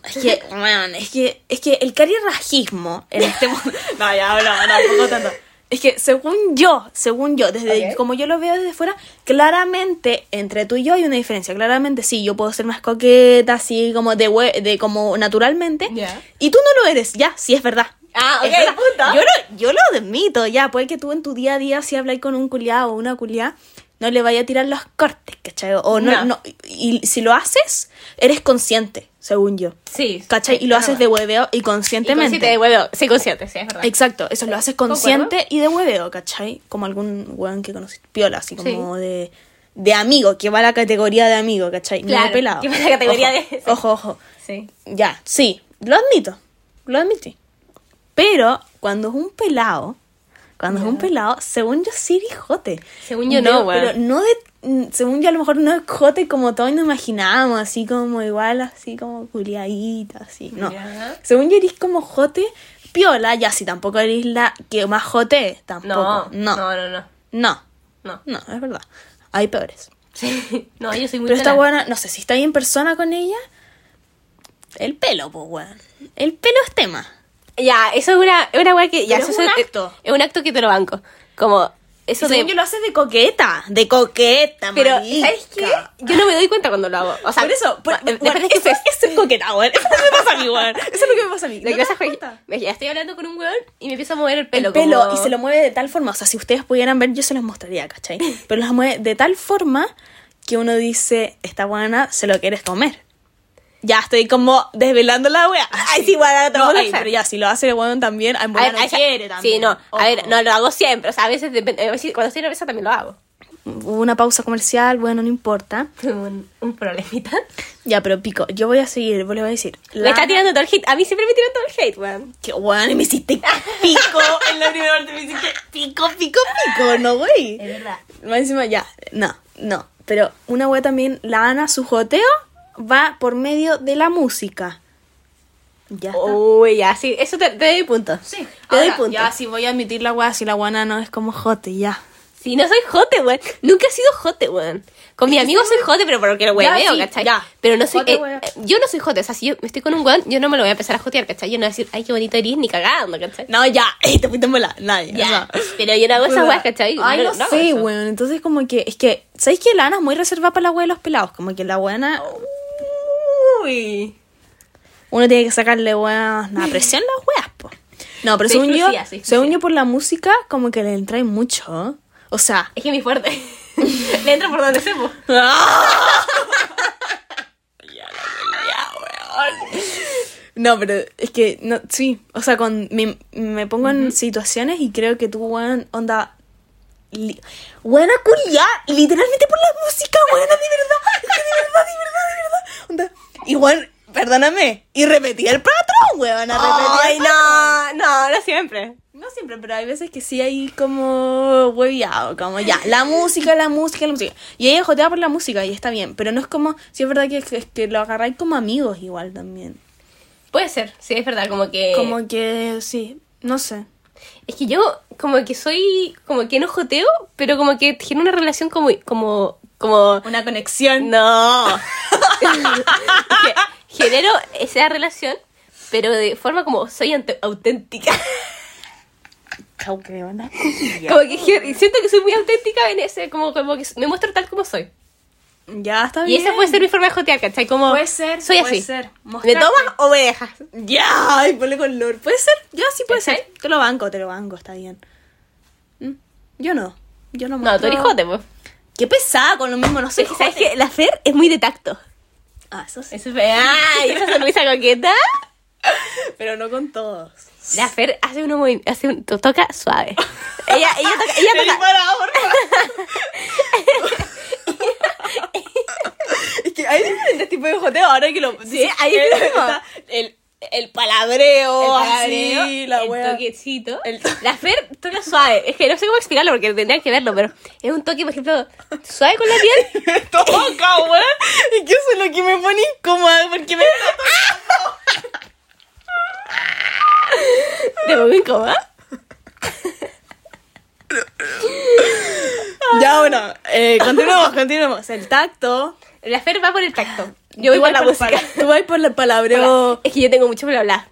[SPEAKER 2] Es que, weón, es que, es que el carierrajismo en este mundo. No, ya hablo, no, tampoco tanto. Es que según yo, según yo, desde
[SPEAKER 1] Ok.
[SPEAKER 2] como yo lo veo desde fuera, claramente entre tú y yo hay una diferencia. Claramente sí, yo puedo ser más coqueta, así como de, hue- de como naturalmente.
[SPEAKER 1] Ya.
[SPEAKER 2] Y tú no lo eres, ya, sí es verdad.
[SPEAKER 1] Ah,
[SPEAKER 2] Es
[SPEAKER 1] ok,
[SPEAKER 2] verdad.
[SPEAKER 1] punto.
[SPEAKER 2] Yo lo, yo lo admito, ya, puede que tú en tu día a día si habláis con un culiado o una culiada, no le vaya a tirar los cortes, ¿cachai? O no,
[SPEAKER 1] No.
[SPEAKER 2] no- y, y si lo haces, eres consciente, según yo.
[SPEAKER 1] Sí.
[SPEAKER 2] ¿Cachai? Y lo haces de hueveo y conscientemente.
[SPEAKER 1] consciente. De huevo. Sí, consciente, sí, es verdad.
[SPEAKER 2] Exacto, eso lo haces
[SPEAKER 1] Concuerdo.
[SPEAKER 2] consciente y de hueveo, ¿cachai? Como algún weón que conociste, piola, así como de, de amigo, que va a la categoría de amigo, ¿cachai? No de
[SPEAKER 1] Claro,
[SPEAKER 2] pelado.
[SPEAKER 1] que va a la categoría
[SPEAKER 2] Ojo,
[SPEAKER 1] de-
[SPEAKER 2] Ojo, ojo.
[SPEAKER 1] Sí.
[SPEAKER 2] Ya, sí, lo admito, lo admití. Pero cuando es un pelado, cuando es un pelado, según yo sí eres jote.
[SPEAKER 1] Según yo no,
[SPEAKER 2] Pero-
[SPEAKER 1] weón.
[SPEAKER 2] Pero no de, mm, según yo a lo mejor no es jote como todos nos imaginábamos, así como igual, así como culiadita, así. No.
[SPEAKER 1] Ya.
[SPEAKER 2] Según yo eres como jote, piola, ya si tampoco eres la que más jote, tampoco. No, no,
[SPEAKER 1] no, no.
[SPEAKER 2] no,
[SPEAKER 1] No.
[SPEAKER 2] es verdad. Hay peores.
[SPEAKER 1] Sí. No, yo soy muy
[SPEAKER 2] Pero
[SPEAKER 1] pelada.
[SPEAKER 2] esta buena, no sé, si está ahí en persona con ella, el pelo, pues, weón. El pelo es tema.
[SPEAKER 1] Ya, eso es una, es una wea que. Ya,
[SPEAKER 2] Pero
[SPEAKER 1] eso
[SPEAKER 2] es un acto.
[SPEAKER 1] Es un acto que te lo banco. Como. Eso
[SPEAKER 2] Según
[SPEAKER 1] de.
[SPEAKER 2] yo lo haces de coqueta, de coqueta,
[SPEAKER 1] Pero,
[SPEAKER 2] marica.
[SPEAKER 1] ¿sabes qué? Yo no me doy cuenta cuando lo hago. O sea,
[SPEAKER 2] por eso, por,
[SPEAKER 1] va-
[SPEAKER 2] bueno,
[SPEAKER 1] después de que
[SPEAKER 2] eso,
[SPEAKER 1] se-
[SPEAKER 2] eso es coqueta, weón. Eso es lo que me pasa a mí, weón. Eso es lo que me pasa a mí.
[SPEAKER 1] Lo que
[SPEAKER 2] ¿No te
[SPEAKER 1] pasa
[SPEAKER 2] das
[SPEAKER 1] es que
[SPEAKER 2] cuenta?
[SPEAKER 1] me- ya estoy hablando con un weón y me empieza a mover el pelo.
[SPEAKER 2] el pelo
[SPEAKER 1] como-
[SPEAKER 2] y se lo mueve de tal forma, o sea, si ustedes pudieran ver, yo se los mostraría, ¿cachai? Pero los mueve de tal forma que uno dice, esta buena se lo quieres comer. Ya estoy como desvelando la wea.
[SPEAKER 1] Ah,
[SPEAKER 2] Ay, sí, igual ahora te
[SPEAKER 1] No,
[SPEAKER 2] vamos a
[SPEAKER 1] ey,
[SPEAKER 2] hacer.
[SPEAKER 1] pero
[SPEAKER 2] Pero ya, si lo hace el weón también, ay,
[SPEAKER 1] A ver,
[SPEAKER 2] bueno,
[SPEAKER 1] a
[SPEAKER 2] no
[SPEAKER 1] esa-
[SPEAKER 2] quiere también.
[SPEAKER 1] Sí, no. A
[SPEAKER 2] Ojo.
[SPEAKER 1] ver, no lo hago siempre. O sea, a veces, depende- a veces cuando estoy nerviosa también lo hago.
[SPEAKER 2] Hubo una pausa comercial, bueno, no importa.
[SPEAKER 1] Un, un problemita.
[SPEAKER 2] Ya, pero pico, yo voy a seguir, vos le voy a decir.
[SPEAKER 1] Me
[SPEAKER 2] la-
[SPEAKER 1] está tirando todo el hate. A mí siempre me tiran todo el hate, weón.
[SPEAKER 2] Que weón, y me hiciste pico en la primera parte, me hiciste pico, pico, pico, no güey.
[SPEAKER 1] verdad.
[SPEAKER 2] Más encima, ya, no, no. Pero una wea también, la Ana, su joteo va por medio de la música. Ya está.
[SPEAKER 1] Uy, ya, sí. Eso te, te doy punto.
[SPEAKER 2] Sí,
[SPEAKER 1] te doy punto.
[SPEAKER 2] Ya, si voy a admitir la wea, si la guana no es como jote, ya.
[SPEAKER 1] Si no soy jote, weón. Nunca he sido jote, weón. Con mis amigos soy jote, pero porque lo
[SPEAKER 2] Ya,
[SPEAKER 1] hueveo,
[SPEAKER 2] sí,
[SPEAKER 1] ¿cachai?
[SPEAKER 2] ya.
[SPEAKER 1] Pero no soy.
[SPEAKER 2] Jote,
[SPEAKER 1] eh,
[SPEAKER 2] hueveo.
[SPEAKER 1] eh, yo no soy jote, o sea, si yo estoy con un weón, yo no me lo voy a empezar a jotear, ¿cachai? Yo no voy a decir, ay, qué bonito eres, ni cagando, ¿cachai?
[SPEAKER 2] No, ya, ey, te fuiste en bola. Nadie. o
[SPEAKER 1] Ya,
[SPEAKER 2] sea.
[SPEAKER 1] pero yo no hago esas weas, ¿cachai?
[SPEAKER 2] Ay, no,
[SPEAKER 1] hago
[SPEAKER 2] sé,
[SPEAKER 1] eso.
[SPEAKER 2] weón. Entonces, como que, es que, ¿sabéis que Lana es muy reservada para la wea de los pelados? Como que la buena.
[SPEAKER 1] Uy.
[SPEAKER 2] Uno tiene que sacarle weas. Nada, presión las weas, po. No, pero
[SPEAKER 1] Soy
[SPEAKER 2] según yo,
[SPEAKER 1] exclusiva, soy
[SPEAKER 2] según yo por la música, como que le entra mucho. O sea.
[SPEAKER 1] Es que mi fuerte. Le entro por donde pues. sepo.
[SPEAKER 2] No, pero es que, no, sí, o sea, con, me, me pongo en situaciones y creo que tú, weón, onda... li- Buena culia, literalmente por la música, buena, de verdad, es que de verdad, de verdad, de verdad. Onda, y weón, perdóname, y repetí el patrón, weón, repetí
[SPEAKER 1] Ay, no, no, no siempre.
[SPEAKER 2] no siempre, pero hay veces que sí hay como hueviado, como ya, la música, la música, la música. Y ella jotea por la música y está bien, pero no es como, sí es verdad que, es que lo agarráis como amigos igual también.
[SPEAKER 1] Puede ser, sí, es verdad, como que.
[SPEAKER 2] Como que, sí, no sé.
[SPEAKER 1] Es que yo como que soy, como que no joteo, pero como que tiene una relación como, como, como...
[SPEAKER 2] Una conexión.
[SPEAKER 1] No. Ge- Genero esa relación, pero de forma como soy ante- auténtica. como que ge- siento que soy muy auténtica en ese, como, como que me muestro tal como soy.
[SPEAKER 2] Ya está
[SPEAKER 1] Y
[SPEAKER 2] bien.
[SPEAKER 1] esa puede ser mi forma de jotear, ¿cachai? Como,
[SPEAKER 2] Puede ser,
[SPEAKER 1] soy
[SPEAKER 2] puede
[SPEAKER 1] así.
[SPEAKER 2] ser.
[SPEAKER 1] ¿Me
[SPEAKER 2] Mostrarte.
[SPEAKER 1] tomas o me dejas?
[SPEAKER 2] Ya, ay, ponle color. Puede ser, ya sí puede
[SPEAKER 1] ¿Cachai?
[SPEAKER 2] ser. Te lo banco, te lo banco, está bien. Mm, Yo no, yo no
[SPEAKER 1] No, tú eres
[SPEAKER 2] muestro-
[SPEAKER 1] jote, pues.
[SPEAKER 2] Qué pesada con lo mismo, no sé.
[SPEAKER 1] Es que, ¿sabes qué? La Fer es muy de tacto.
[SPEAKER 2] Ah, eso sí.
[SPEAKER 1] Eso es ¡Ay! Esa sonrisa coqueta.
[SPEAKER 2] Pero no con todos.
[SPEAKER 1] La Fer hace uno muy, hace un, to- toca suave. Ella, ella toca, ella
[SPEAKER 2] Vení
[SPEAKER 1] toca.
[SPEAKER 2] para, por favor. es que hay diferentes tipos de joteo ahora que lo. Sí,
[SPEAKER 1] hay
[SPEAKER 2] el,
[SPEAKER 1] diferentes.
[SPEAKER 2] está el, el palabreo,
[SPEAKER 1] palabreo,
[SPEAKER 2] así, Oh, la
[SPEAKER 1] el
[SPEAKER 2] wea.
[SPEAKER 1] toquecito.
[SPEAKER 2] El-
[SPEAKER 1] La Fer toca suave. Es que no sé cómo explicarlo porque tendrían que verlo, pero es un toque, por ejemplo, suave con la piel.
[SPEAKER 2] Me toca, wea. Es que eso es lo que me pone incómoda porque me.
[SPEAKER 1] De pongo incómoda.
[SPEAKER 2] ya, bueno, eh, continuemos, continuemos. El tacto.
[SPEAKER 1] La Fer va por el tacto. Yo voy
[SPEAKER 2] Tú
[SPEAKER 1] por
[SPEAKER 2] vas
[SPEAKER 1] la
[SPEAKER 2] el
[SPEAKER 1] música.
[SPEAKER 2] pala- Tú vas por el palabreo.
[SPEAKER 1] Es que yo tengo mucho bla bla.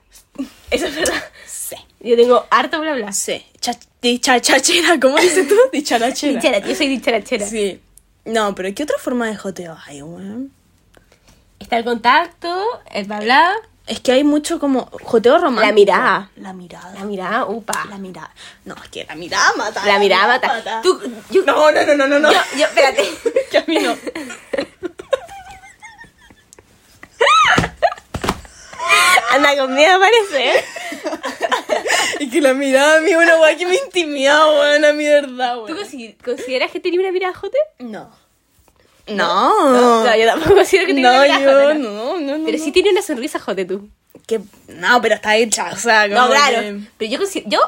[SPEAKER 1] Eso es verdad.
[SPEAKER 2] Sí.
[SPEAKER 1] Yo tengo harto bla bla.
[SPEAKER 2] Sí. Cha- Dicharachera, ¿cómo dices tú? Dicharachera.
[SPEAKER 1] Dicharachera, yo soy dicharachera.
[SPEAKER 2] Sí. No, pero ¿qué otra forma de joteo hay, weón?
[SPEAKER 1] Está el contacto, el bla bla.
[SPEAKER 2] Es que hay mucho como joteo romántico.
[SPEAKER 1] La mirada.
[SPEAKER 2] La mirada.
[SPEAKER 1] La mirada, upa.
[SPEAKER 2] La mirada. No, es que la mirada mata.
[SPEAKER 1] La mirada mata. Tú, yo,
[SPEAKER 2] No, no, no, no, no. no.
[SPEAKER 1] yo, yo, espérate.
[SPEAKER 2] que a mí no.
[SPEAKER 1] Anda con miedo, parece. ¿eh?
[SPEAKER 2] Es que la mirada a mí es una weá que me intimida, weón, a mí de verdad,
[SPEAKER 1] ¿Tú
[SPEAKER 2] weón.
[SPEAKER 1] consi- consideras que tenía una mirada jote?
[SPEAKER 2] No. No.
[SPEAKER 1] No, yo tampoco considero que tenía
[SPEAKER 2] No,
[SPEAKER 1] una mirada
[SPEAKER 2] yo,
[SPEAKER 1] jote.
[SPEAKER 2] no, no, no.
[SPEAKER 1] Pero
[SPEAKER 2] no.
[SPEAKER 1] sí tiene una sonrisa jote tú.
[SPEAKER 2] Que, no, pero está hecha, o sea, como
[SPEAKER 1] No, eh. claro.
[SPEAKER 2] que-
[SPEAKER 1] Pero yo, consi- yo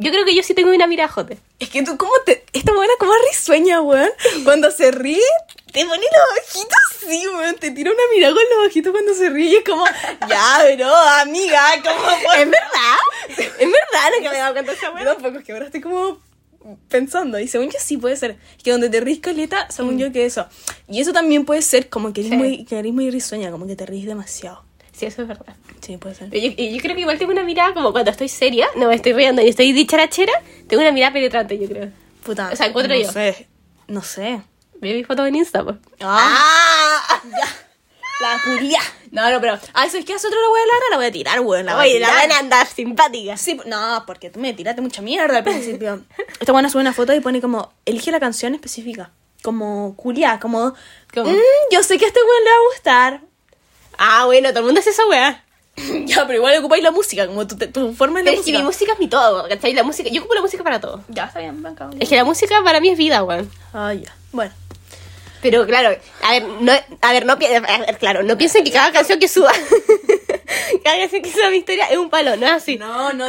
[SPEAKER 1] yo creo que yo sí tengo una mirada jote.
[SPEAKER 2] Es que tú, ¿cómo te...? Esta buena como risueña, weón. Cuando se ríe, te pone los ojitos así, weón. Te tira una mirada con los ojitos cuando se ríe y es como... Ya, bro, amiga, ¿cómo...?
[SPEAKER 1] ¿Es verdad? ¿Es verdad lo que me he dado cuenta esa
[SPEAKER 2] No, tampoco, es que ahora estoy como pensando. Y según yo sí puede ser. Es que donde te ríes caleta, según yo que eso. Y eso también puede ser como que eres,
[SPEAKER 1] Sí.
[SPEAKER 2] muy, que eres muy risueña, como que te ríes demasiado.
[SPEAKER 1] Sí, eso es verdad.
[SPEAKER 2] Sí, puede ser.
[SPEAKER 1] Pero yo, y yo creo que igual tengo una mirada como cuando estoy seria, no me estoy riendo y estoy dicharachera, tengo una mirada penetrante, yo creo.
[SPEAKER 2] Puta,
[SPEAKER 1] O sea, encuentro
[SPEAKER 2] no
[SPEAKER 1] yo.
[SPEAKER 2] sé. No sé.
[SPEAKER 1] Ve mis fotos en Insta, pues.
[SPEAKER 2] ¡Ah! La culia.
[SPEAKER 1] No, no, pero.
[SPEAKER 2] Ay, ¿sabes qué? Hace otra la voy a la voy a tirar, weón. La voy a
[SPEAKER 1] Oye, la
[SPEAKER 2] tirar.
[SPEAKER 1] van a andar simpática.
[SPEAKER 2] Sí, no, porque tú me tiraste mucha mierda al principio. Esta buena sube una foto y pone como, elige la canción específica. Como culia, como...
[SPEAKER 1] ¿Cómo?
[SPEAKER 2] "Mm, yo sé que a este weón le va a gustar.
[SPEAKER 1] Ah, bueno, todo el mundo hace esa weá.
[SPEAKER 2] Ya, pero igual ocupáis la música, como tu, tu forma de la
[SPEAKER 1] Pero es que
[SPEAKER 2] música.
[SPEAKER 1] mi música es mi todo, ¿cachai? La música, yo ocupo la música para todo.
[SPEAKER 2] Ya, está bien, banca.
[SPEAKER 1] Es que la música para mí es vida, weón.
[SPEAKER 2] Ah, ya. Bueno.
[SPEAKER 1] Pero claro, a ver, no, a ver, no, pi- a ver, claro, no piensen que cada canción que suba, cada canción que suba mi historia es un palo, no es así.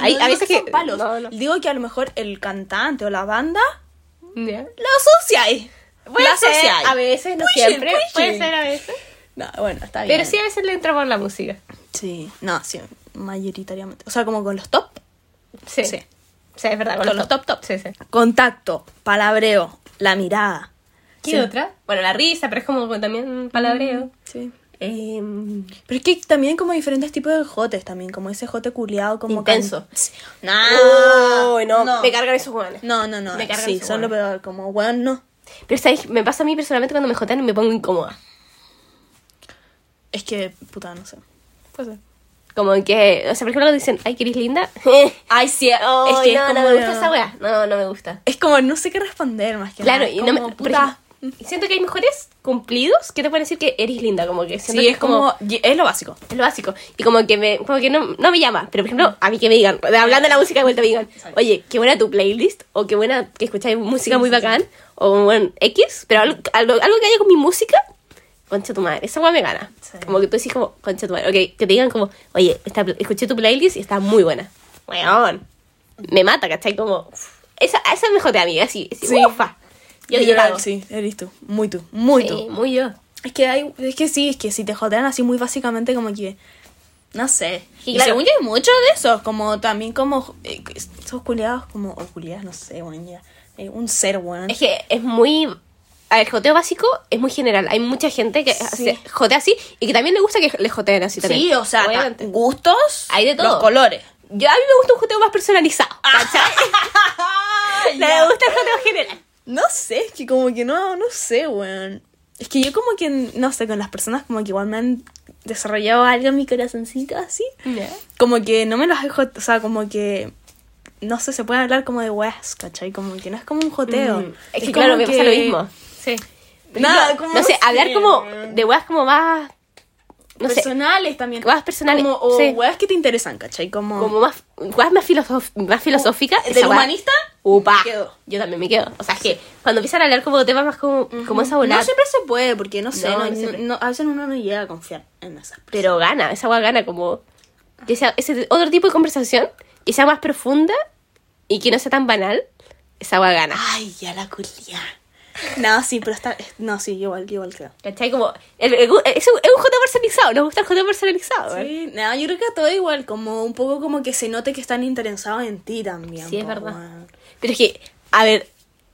[SPEAKER 1] Hay- a veces que No, no.
[SPEAKER 2] Digo que a lo mejor el cantante o la banda
[SPEAKER 1] Ya.
[SPEAKER 2] la asociáis.
[SPEAKER 1] Puede
[SPEAKER 2] la
[SPEAKER 1] ser,
[SPEAKER 2] asociáis.
[SPEAKER 1] a veces, no
[SPEAKER 2] Pushing,
[SPEAKER 1] siempre, puede
[SPEAKER 2] pushing.
[SPEAKER 1] ser a veces.
[SPEAKER 2] No, bueno, está bien.
[SPEAKER 1] Pero sí a veces le entra por la música.
[SPEAKER 2] Sí, no, sí, mayoritariamente. O sea, como con los top.
[SPEAKER 1] Sí.
[SPEAKER 2] Sí.
[SPEAKER 1] Sí, es verdad, con, los top. top Sí, sí.
[SPEAKER 2] Contacto, palabreo, la mirada.
[SPEAKER 1] ¿Qué
[SPEAKER 2] Sí.
[SPEAKER 1] otra? Bueno, la risa, pero es como también palabreo.
[SPEAKER 2] Sí.
[SPEAKER 1] Em,
[SPEAKER 2] Pero es que también como diferentes tipos de jotes, también como ese jote culiado, como... can-
[SPEAKER 1] Intenso.
[SPEAKER 2] Sí. No.
[SPEAKER 1] Uy, no,
[SPEAKER 2] no.
[SPEAKER 1] me cargan esos hueones.
[SPEAKER 2] No, no, no.
[SPEAKER 1] Me cargan
[SPEAKER 2] Sí,
[SPEAKER 1] esos
[SPEAKER 2] son lo
[SPEAKER 1] hueones.
[SPEAKER 2] peor. Como, weón, no.
[SPEAKER 1] Pero sabes, me pasa a mí personalmente cuando me jotean y me pongo incómoda.
[SPEAKER 2] Es que, puta, no sé. Puede ser.
[SPEAKER 1] Como que, o sea, por ejemplo, cuando dicen, ay, que eres linda.
[SPEAKER 2] Ay, sí.
[SPEAKER 1] Ay,
[SPEAKER 2] es que
[SPEAKER 1] no,
[SPEAKER 2] es como...
[SPEAKER 1] no me gusta esa wea. No, no me gusta.
[SPEAKER 2] Es como, no sé qué responder más que
[SPEAKER 1] Claro,
[SPEAKER 2] nada.
[SPEAKER 1] y no me.
[SPEAKER 2] Como,
[SPEAKER 1] por
[SPEAKER 2] puta.
[SPEAKER 1] ejemplo, y siento que hay mejores cumplidos que te pueden decir que eres linda, como que siento
[SPEAKER 2] Sí,
[SPEAKER 1] que
[SPEAKER 2] es como... Es lo básico.
[SPEAKER 1] Es lo básico. Y como que me, como que no, no me llama. Pero por ejemplo, a mí que me digan, hablando de la música de vuelta, me digan, oye, qué buena tu playlist, o qué buena que escucháis música muy bacán, o bueno, X, pero algo, algo, algo que haya con mi música, concha tu madre, esa weá me gana.
[SPEAKER 2] Sí.
[SPEAKER 1] Como que tú decís como, concha tu madre, ok, que te digan como, oye, esta pl- escuché tu playlist y está muy buena. Weón. Me mata, ¿cachai? Como, uf. esa, esa es mejor de amiga, así, así
[SPEAKER 2] Sí.
[SPEAKER 1] ufa. Yo, yo la hago. Sí,
[SPEAKER 2] Sí, eres tú. Muy tú. Muy tú.
[SPEAKER 1] muy yo.
[SPEAKER 2] Es que hay, es que sí, es que si te jotean así muy básicamente como que no sé.
[SPEAKER 1] Y
[SPEAKER 2] Y,
[SPEAKER 1] claro-
[SPEAKER 2] según yo hay muchos de esos, como también como eh, esos culiados como o culiadas, no sé, weón, ya. Eh, un ser, weón.
[SPEAKER 1] Es que es muy. a ver, El joteo básico es muy general. Hay mucha gente que
[SPEAKER 2] Sí.
[SPEAKER 1] hace- jotea así y que también le gusta que le joteen así también.
[SPEAKER 2] sí, o sea, ta-
[SPEAKER 1] Obviamente.
[SPEAKER 2] gustos,
[SPEAKER 1] Hay de todo.
[SPEAKER 2] los colores.
[SPEAKER 1] Yo a mí me gusta un joteo más personalizado. ¿Cachai? No
[SPEAKER 2] Ah, Ya.
[SPEAKER 1] me gusta el joteo general.
[SPEAKER 2] No sé, es que como que no, no sé, weón. Es que yo como que, no sé, con las personas como que igual me han desarrollado algo en mi corazoncito así. Como que no me los dejo, o sea, como que no sé, se puede hablar como de weas, ¿cachai? Como que no es como un joteo.
[SPEAKER 1] Mm, Es que
[SPEAKER 2] como
[SPEAKER 1] claro, me pasa lo
[SPEAKER 2] que-
[SPEAKER 1] mismo. Sí.
[SPEAKER 2] Nada,
[SPEAKER 1] no,
[SPEAKER 2] como
[SPEAKER 1] no sé,
[SPEAKER 2] no
[SPEAKER 1] hablar
[SPEAKER 2] sé.
[SPEAKER 1] como de weas como más. No sé.
[SPEAKER 2] personales también.
[SPEAKER 1] Weas personales,
[SPEAKER 2] Como, o
[SPEAKER 1] sí.
[SPEAKER 2] weas que te interesan, ¿cachai? Como,
[SPEAKER 1] Como más, weas más, filosof- más filosóficas.
[SPEAKER 2] ¿Del
[SPEAKER 1] esa wea-
[SPEAKER 2] humanista?
[SPEAKER 1] Upa.
[SPEAKER 2] Me quedo.
[SPEAKER 1] Yo también me quedo. O sea, es que cuando empiezan a hablar como de temas más como, como esa volada.
[SPEAKER 2] No siempre se puede, porque no sé,
[SPEAKER 1] No,
[SPEAKER 2] no,
[SPEAKER 1] no siempre.
[SPEAKER 2] no- a veces uno no llega a confiar en esas personas.
[SPEAKER 1] Pero gana, esa agua gana como que sea ese otro tipo de conversación que sea más profunda y que no sea tan banal, esa agua gana.
[SPEAKER 2] Ay, ya la culia. No, sí, pero está. No, sí, igual, igual creo.
[SPEAKER 1] ¿Cachai? Como el- el- es un, es un joteo personalizado, nos gusta el joteo personalizado. ¿eh?
[SPEAKER 2] Sí, no, yo creo que a todo igual, como un poco como que se note que están interesados en ti también.
[SPEAKER 1] Sí, es
[SPEAKER 2] po,
[SPEAKER 1] verdad.
[SPEAKER 2] weón.
[SPEAKER 1] Pero es que, a ver,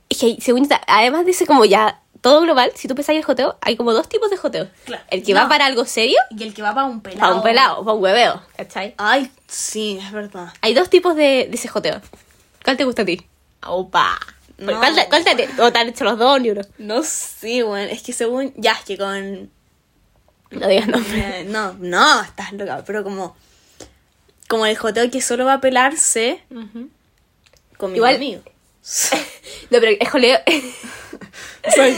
[SPEAKER 1] es que según ta- además de ese como ya todo global, si tú pensáis el joteo, hay como dos tipos de joteo.
[SPEAKER 2] Claro.
[SPEAKER 1] El que
[SPEAKER 2] No.
[SPEAKER 1] va para algo serio,
[SPEAKER 2] Y el que va para un pelado.
[SPEAKER 1] para un pelado, para un hueveo, ¿cachai?
[SPEAKER 2] Ay, sí, es verdad.
[SPEAKER 1] Hay dos tipos de, de ese joteo. ¿Cuál te gusta a ti? Opa.
[SPEAKER 2] No.
[SPEAKER 1] ¿Cuál, te, cuál te- o te han hecho los dos ni uno?
[SPEAKER 2] No sé, weón. Es que según. Ya, es que con.
[SPEAKER 1] No digas nombre.
[SPEAKER 2] eh, no, no, estás loca. Pero como. Como el joteo que solo va a pelarse con mi
[SPEAKER 1] Igual-
[SPEAKER 2] amigo.
[SPEAKER 1] No, pero es joleo.
[SPEAKER 2] O sea,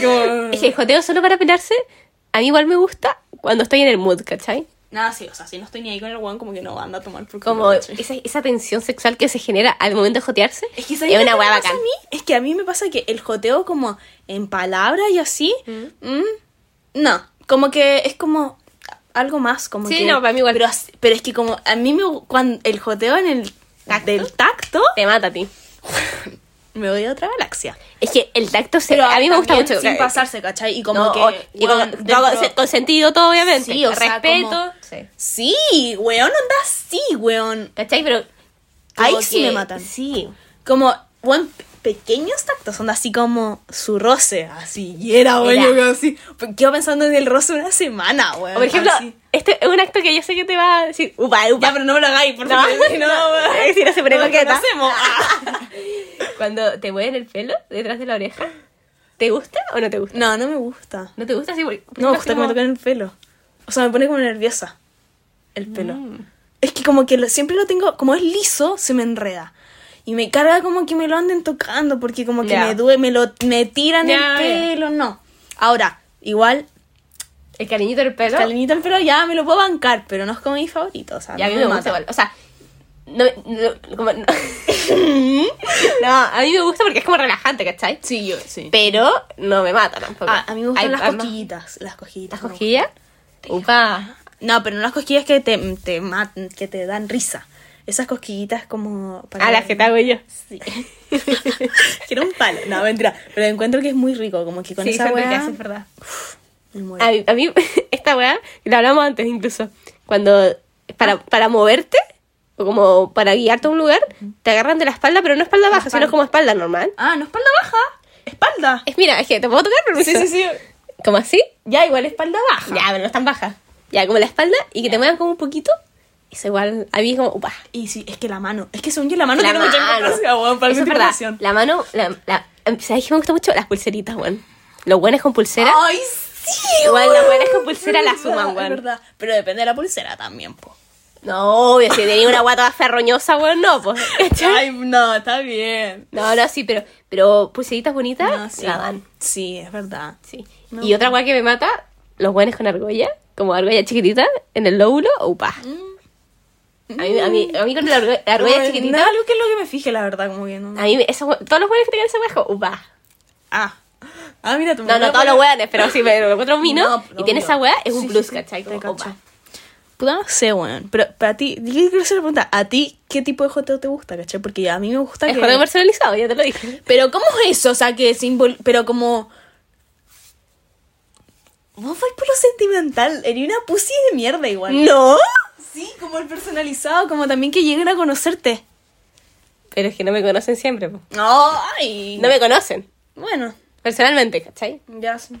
[SPEAKER 2] como.
[SPEAKER 1] Es que el joteo solo para pelarse, a mí igual me gusta cuando estoy en el mood, ¿cachai?
[SPEAKER 2] Nada, sí, o sea, si no estoy ni ahí con el weón, como que no anda a tomar por culo,
[SPEAKER 1] Como
[SPEAKER 2] ¿cachai?
[SPEAKER 1] esa, esa tensión sexual que se genera al momento de jotearse.
[SPEAKER 2] Es que ¿sabes
[SPEAKER 1] es
[SPEAKER 2] qué
[SPEAKER 1] una
[SPEAKER 2] me
[SPEAKER 1] hueá
[SPEAKER 2] pasa
[SPEAKER 1] bacán.
[SPEAKER 2] a mí? Es que a mí me pasa que el joteo como en palabras y así, mm, no, como que es como algo más, como
[SPEAKER 1] Sí,
[SPEAKER 2] que-
[SPEAKER 1] no, para mí igual.
[SPEAKER 2] Pero, as- pero es que como a mí me gu- cuando el joteo en el del tacto
[SPEAKER 1] Te mata a ti.
[SPEAKER 2] me voy a otra galaxia.
[SPEAKER 1] Es que el tacto se. a mí me gusta
[SPEAKER 2] también
[SPEAKER 1] mucho.
[SPEAKER 2] sin
[SPEAKER 1] eh,
[SPEAKER 2] pasarse, ¿cachai? Y como
[SPEAKER 1] no,
[SPEAKER 2] que
[SPEAKER 1] o- y con,
[SPEAKER 2] weón,
[SPEAKER 1] con-
[SPEAKER 2] dentro-
[SPEAKER 1] con sentido todo, obviamente.
[SPEAKER 2] Sí, o sea,
[SPEAKER 1] respeto.
[SPEAKER 2] como-
[SPEAKER 1] Sí.
[SPEAKER 2] Sí, weón, anda así, weón.
[SPEAKER 1] ¿Cachai? Pero.
[SPEAKER 2] Ahí
[SPEAKER 1] como
[SPEAKER 2] sí
[SPEAKER 1] que-
[SPEAKER 2] me matan.
[SPEAKER 1] Sí.
[SPEAKER 2] Como buen pequeños tactos, onda así como su roce, así, y era, güey,
[SPEAKER 1] Era.
[SPEAKER 2] yo como así. Pues, Llevo pensando en el roce una semana, güey.
[SPEAKER 1] O por ejemplo,
[SPEAKER 2] así.
[SPEAKER 1] este es un acto que yo sé que te va a decir. Upa, upa.
[SPEAKER 2] ya, pero no me lo hagáis, por
[SPEAKER 1] No,
[SPEAKER 2] favor. si No,
[SPEAKER 1] no,
[SPEAKER 2] güey.
[SPEAKER 1] es decir, no se pone
[SPEAKER 2] Nos
[SPEAKER 1] coqueta.
[SPEAKER 2] conocemos.
[SPEAKER 1] Cuando te mueven el pelo detrás de la oreja, ¿te gusta o no te gusta?
[SPEAKER 2] No, no me gusta.
[SPEAKER 1] ¿No te gusta así? porque- porque
[SPEAKER 2] No me
[SPEAKER 1] así
[SPEAKER 2] gusta que me
[SPEAKER 1] como-
[SPEAKER 2] toquen el pelo. O sea, me pone como nerviosa el pelo. Es que como que lo- siempre lo tengo, como es liso, se me enreda. Y me carga como que me lo anden tocando, porque como que
[SPEAKER 1] Ya.
[SPEAKER 2] me duele, me lo me tiran
[SPEAKER 1] Ya, ya.
[SPEAKER 2] el pelo, no. Ahora, igual
[SPEAKER 1] El cariñito del pelo.
[SPEAKER 2] El Calenito al pelo ya me lo puedo bancar, pero no es como mi favorito. O sea,
[SPEAKER 1] Ya, a
[SPEAKER 2] no
[SPEAKER 1] mí me gusta
[SPEAKER 2] mata. Ah,
[SPEAKER 1] igual. O sea, no, no- como- no. No, a mí me gusta porque es como relajante, ¿cachai?
[SPEAKER 2] Sí, yo, sí.
[SPEAKER 1] Pero no me mata tampoco.
[SPEAKER 2] Ah, a mí me gustan
[SPEAKER 1] Hay-
[SPEAKER 2] las
[SPEAKER 1] hay más-
[SPEAKER 2] cosquillitas. Las cosquillitas.
[SPEAKER 1] ¿Las
[SPEAKER 2] me
[SPEAKER 1] cosquillas? Upa.
[SPEAKER 2] gustan. No, pero no las cosquillas que te, te matan, que te dan risa. Esas cosquillitas como.
[SPEAKER 1] A las que te hago yo. Sí.
[SPEAKER 2] Quiero un palo. No, mentira. Pero encuentro que es muy rico, como que con
[SPEAKER 1] Sí,
[SPEAKER 2] esa
[SPEAKER 1] son
[SPEAKER 2] weá.
[SPEAKER 1] ricas, es verdad.
[SPEAKER 2] me muero.
[SPEAKER 1] A mí, a
[SPEAKER 2] Ah.
[SPEAKER 1] mí- esta weá, la hablamos antes incluso, cuando para, para moverte o como para guiarte a un lugar, te agarran de la espalda, pero no espalda baja,
[SPEAKER 2] espalda.
[SPEAKER 1] sino como espalda normal.
[SPEAKER 2] Ah, no espalda baja. Espalda.
[SPEAKER 1] Es mira, es que te puedo tocar, pero
[SPEAKER 2] Sí, sí, sí.
[SPEAKER 1] ¿Como así?
[SPEAKER 2] Ya, igual espalda baja.
[SPEAKER 1] Ya, pero no es tan baja. Ya, como la espalda y que te muevan como un poquito. Eso igual, a mí es como, upa.
[SPEAKER 2] Y sí, es que la mano. Es que según yo la mano
[SPEAKER 1] La
[SPEAKER 2] tiene mucha
[SPEAKER 1] mano.
[SPEAKER 2] importancia, weón, para
[SPEAKER 1] Eso
[SPEAKER 2] mi
[SPEAKER 1] es verdad.
[SPEAKER 2] interpretación.
[SPEAKER 1] La mano, la, la, em, ¿sabes qué me gusta mucho? Las pulseritas, weón. Los buenos con pulsera.
[SPEAKER 2] Ay, sí.
[SPEAKER 1] Igual las
[SPEAKER 2] weón.
[SPEAKER 1] buenas con pulsera
[SPEAKER 2] Es
[SPEAKER 1] la
[SPEAKER 2] verdad,
[SPEAKER 1] suman,
[SPEAKER 2] es
[SPEAKER 1] weón.
[SPEAKER 2] verdad. Pero depende de la pulsera también, po.
[SPEAKER 1] No, obvio, si tenía una guata ferroñosa, weón, no, pues. ¿cachai?
[SPEAKER 2] Ay, no, está bien.
[SPEAKER 1] No, no, sí, pero, pero pulseritas bonitas
[SPEAKER 2] No, sí.
[SPEAKER 1] la dan.
[SPEAKER 2] Sí, es verdad.
[SPEAKER 1] Sí.
[SPEAKER 2] No.
[SPEAKER 1] Y otra guay que me mata, los buenos con argolla, como argolla chiquitita, en el lóbulo, upa.
[SPEAKER 2] Mm.
[SPEAKER 1] A mí, a mí, a mí con la argo- la argolla
[SPEAKER 2] Ay,
[SPEAKER 1] chiquitita, Ah.
[SPEAKER 2] Nada, lo que es lo que me fije, la verdad, como que no.
[SPEAKER 1] a mí, me- esa hue- todos los buenos que tengan ese hueco, upa.
[SPEAKER 2] Ah. Ah, mira, tu
[SPEAKER 1] No, no, todos los hueones, pero si me lo encuentro un mino
[SPEAKER 2] No,
[SPEAKER 1] y tiene
[SPEAKER 2] obvio.
[SPEAKER 1] esa hueá, es un
[SPEAKER 2] Sí,
[SPEAKER 1] plus,
[SPEAKER 2] sí, sí,
[SPEAKER 1] ¿cachai?
[SPEAKER 2] te
[SPEAKER 1] Como,
[SPEAKER 2] cacho.
[SPEAKER 1] upa.
[SPEAKER 2] Puta, no sé, weón. Pero para ti, yo quiero hacer una pregunta. ¿A ti qué tipo de joteo te gusta, cachai? Porque a mí me gusta
[SPEAKER 1] Es
[SPEAKER 2] que...
[SPEAKER 1] joteo personalizado, ya te lo dije.
[SPEAKER 2] Pero ¿cómo es eso? O sea, que simbol... Pero como... Vos vais por lo sentimental. Eres una pussy de mierda igual.
[SPEAKER 1] ¿No?
[SPEAKER 2] Sí, como el personalizado, como también que lleguen a conocerte.
[SPEAKER 1] Pero es que no me conocen siempre, po.
[SPEAKER 2] Ay.
[SPEAKER 1] No me conocen,
[SPEAKER 2] Bueno,
[SPEAKER 1] personalmente, ¿cachai?
[SPEAKER 2] ya. sí.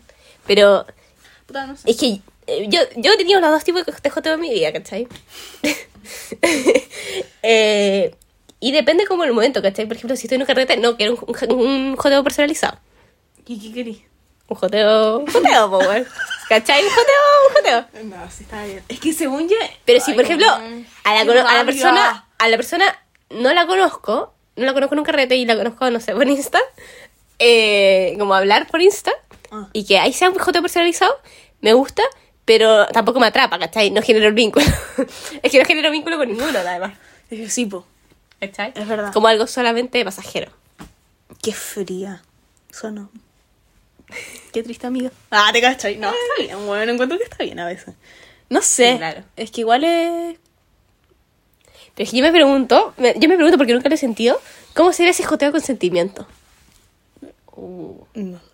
[SPEAKER 1] Pero
[SPEAKER 2] Puta, no sé.
[SPEAKER 1] es que eh, yo, yo he tenido los dos tipos de joteo en mi vida, ¿cachai? Eh, y depende como el momento, ¿cachai? Por ejemplo, si estoy en un carrete, no quiero un, un- un joteo personalizado.
[SPEAKER 2] ¿Y qué querís?
[SPEAKER 1] Un joteo... Un joteo, po, weón. ¿Cachai? Un joteo, un joteo.
[SPEAKER 2] No, sí está bien. Es que según yo.
[SPEAKER 1] Pero si,
[SPEAKER 2] Ay,
[SPEAKER 1] por ejemplo,
[SPEAKER 2] no.
[SPEAKER 1] a la,
[SPEAKER 2] Qué
[SPEAKER 1] cono- a la
[SPEAKER 2] rabia.
[SPEAKER 1] persona, a la persona no la conozco, no la conozco en un carrete y la conozco, no sé, por Insta, eh, como hablar por Insta,
[SPEAKER 2] Ah.
[SPEAKER 1] y que ahí sea un joteo personalizado, me gusta, pero tampoco me atrapa, ¿cachai? No genero el vínculo. es que no genero vínculo con ninguno, además.
[SPEAKER 2] Es que sí, po.
[SPEAKER 1] ¿Cachai?
[SPEAKER 2] Es verdad.
[SPEAKER 1] Como algo solamente pasajero.
[SPEAKER 2] Qué fría. Sonó. Qué triste amiga. Ah, te cachai. No, está bien, bueno, encuentro que está bien a veces. No sé.
[SPEAKER 1] Sí, claro.
[SPEAKER 2] Es que igual es.
[SPEAKER 1] Pero es que yo me pregunto, me- yo me pregunto porque nunca lo he sentido, ¿cómo sería ese joteo con sentimiento?
[SPEAKER 2] No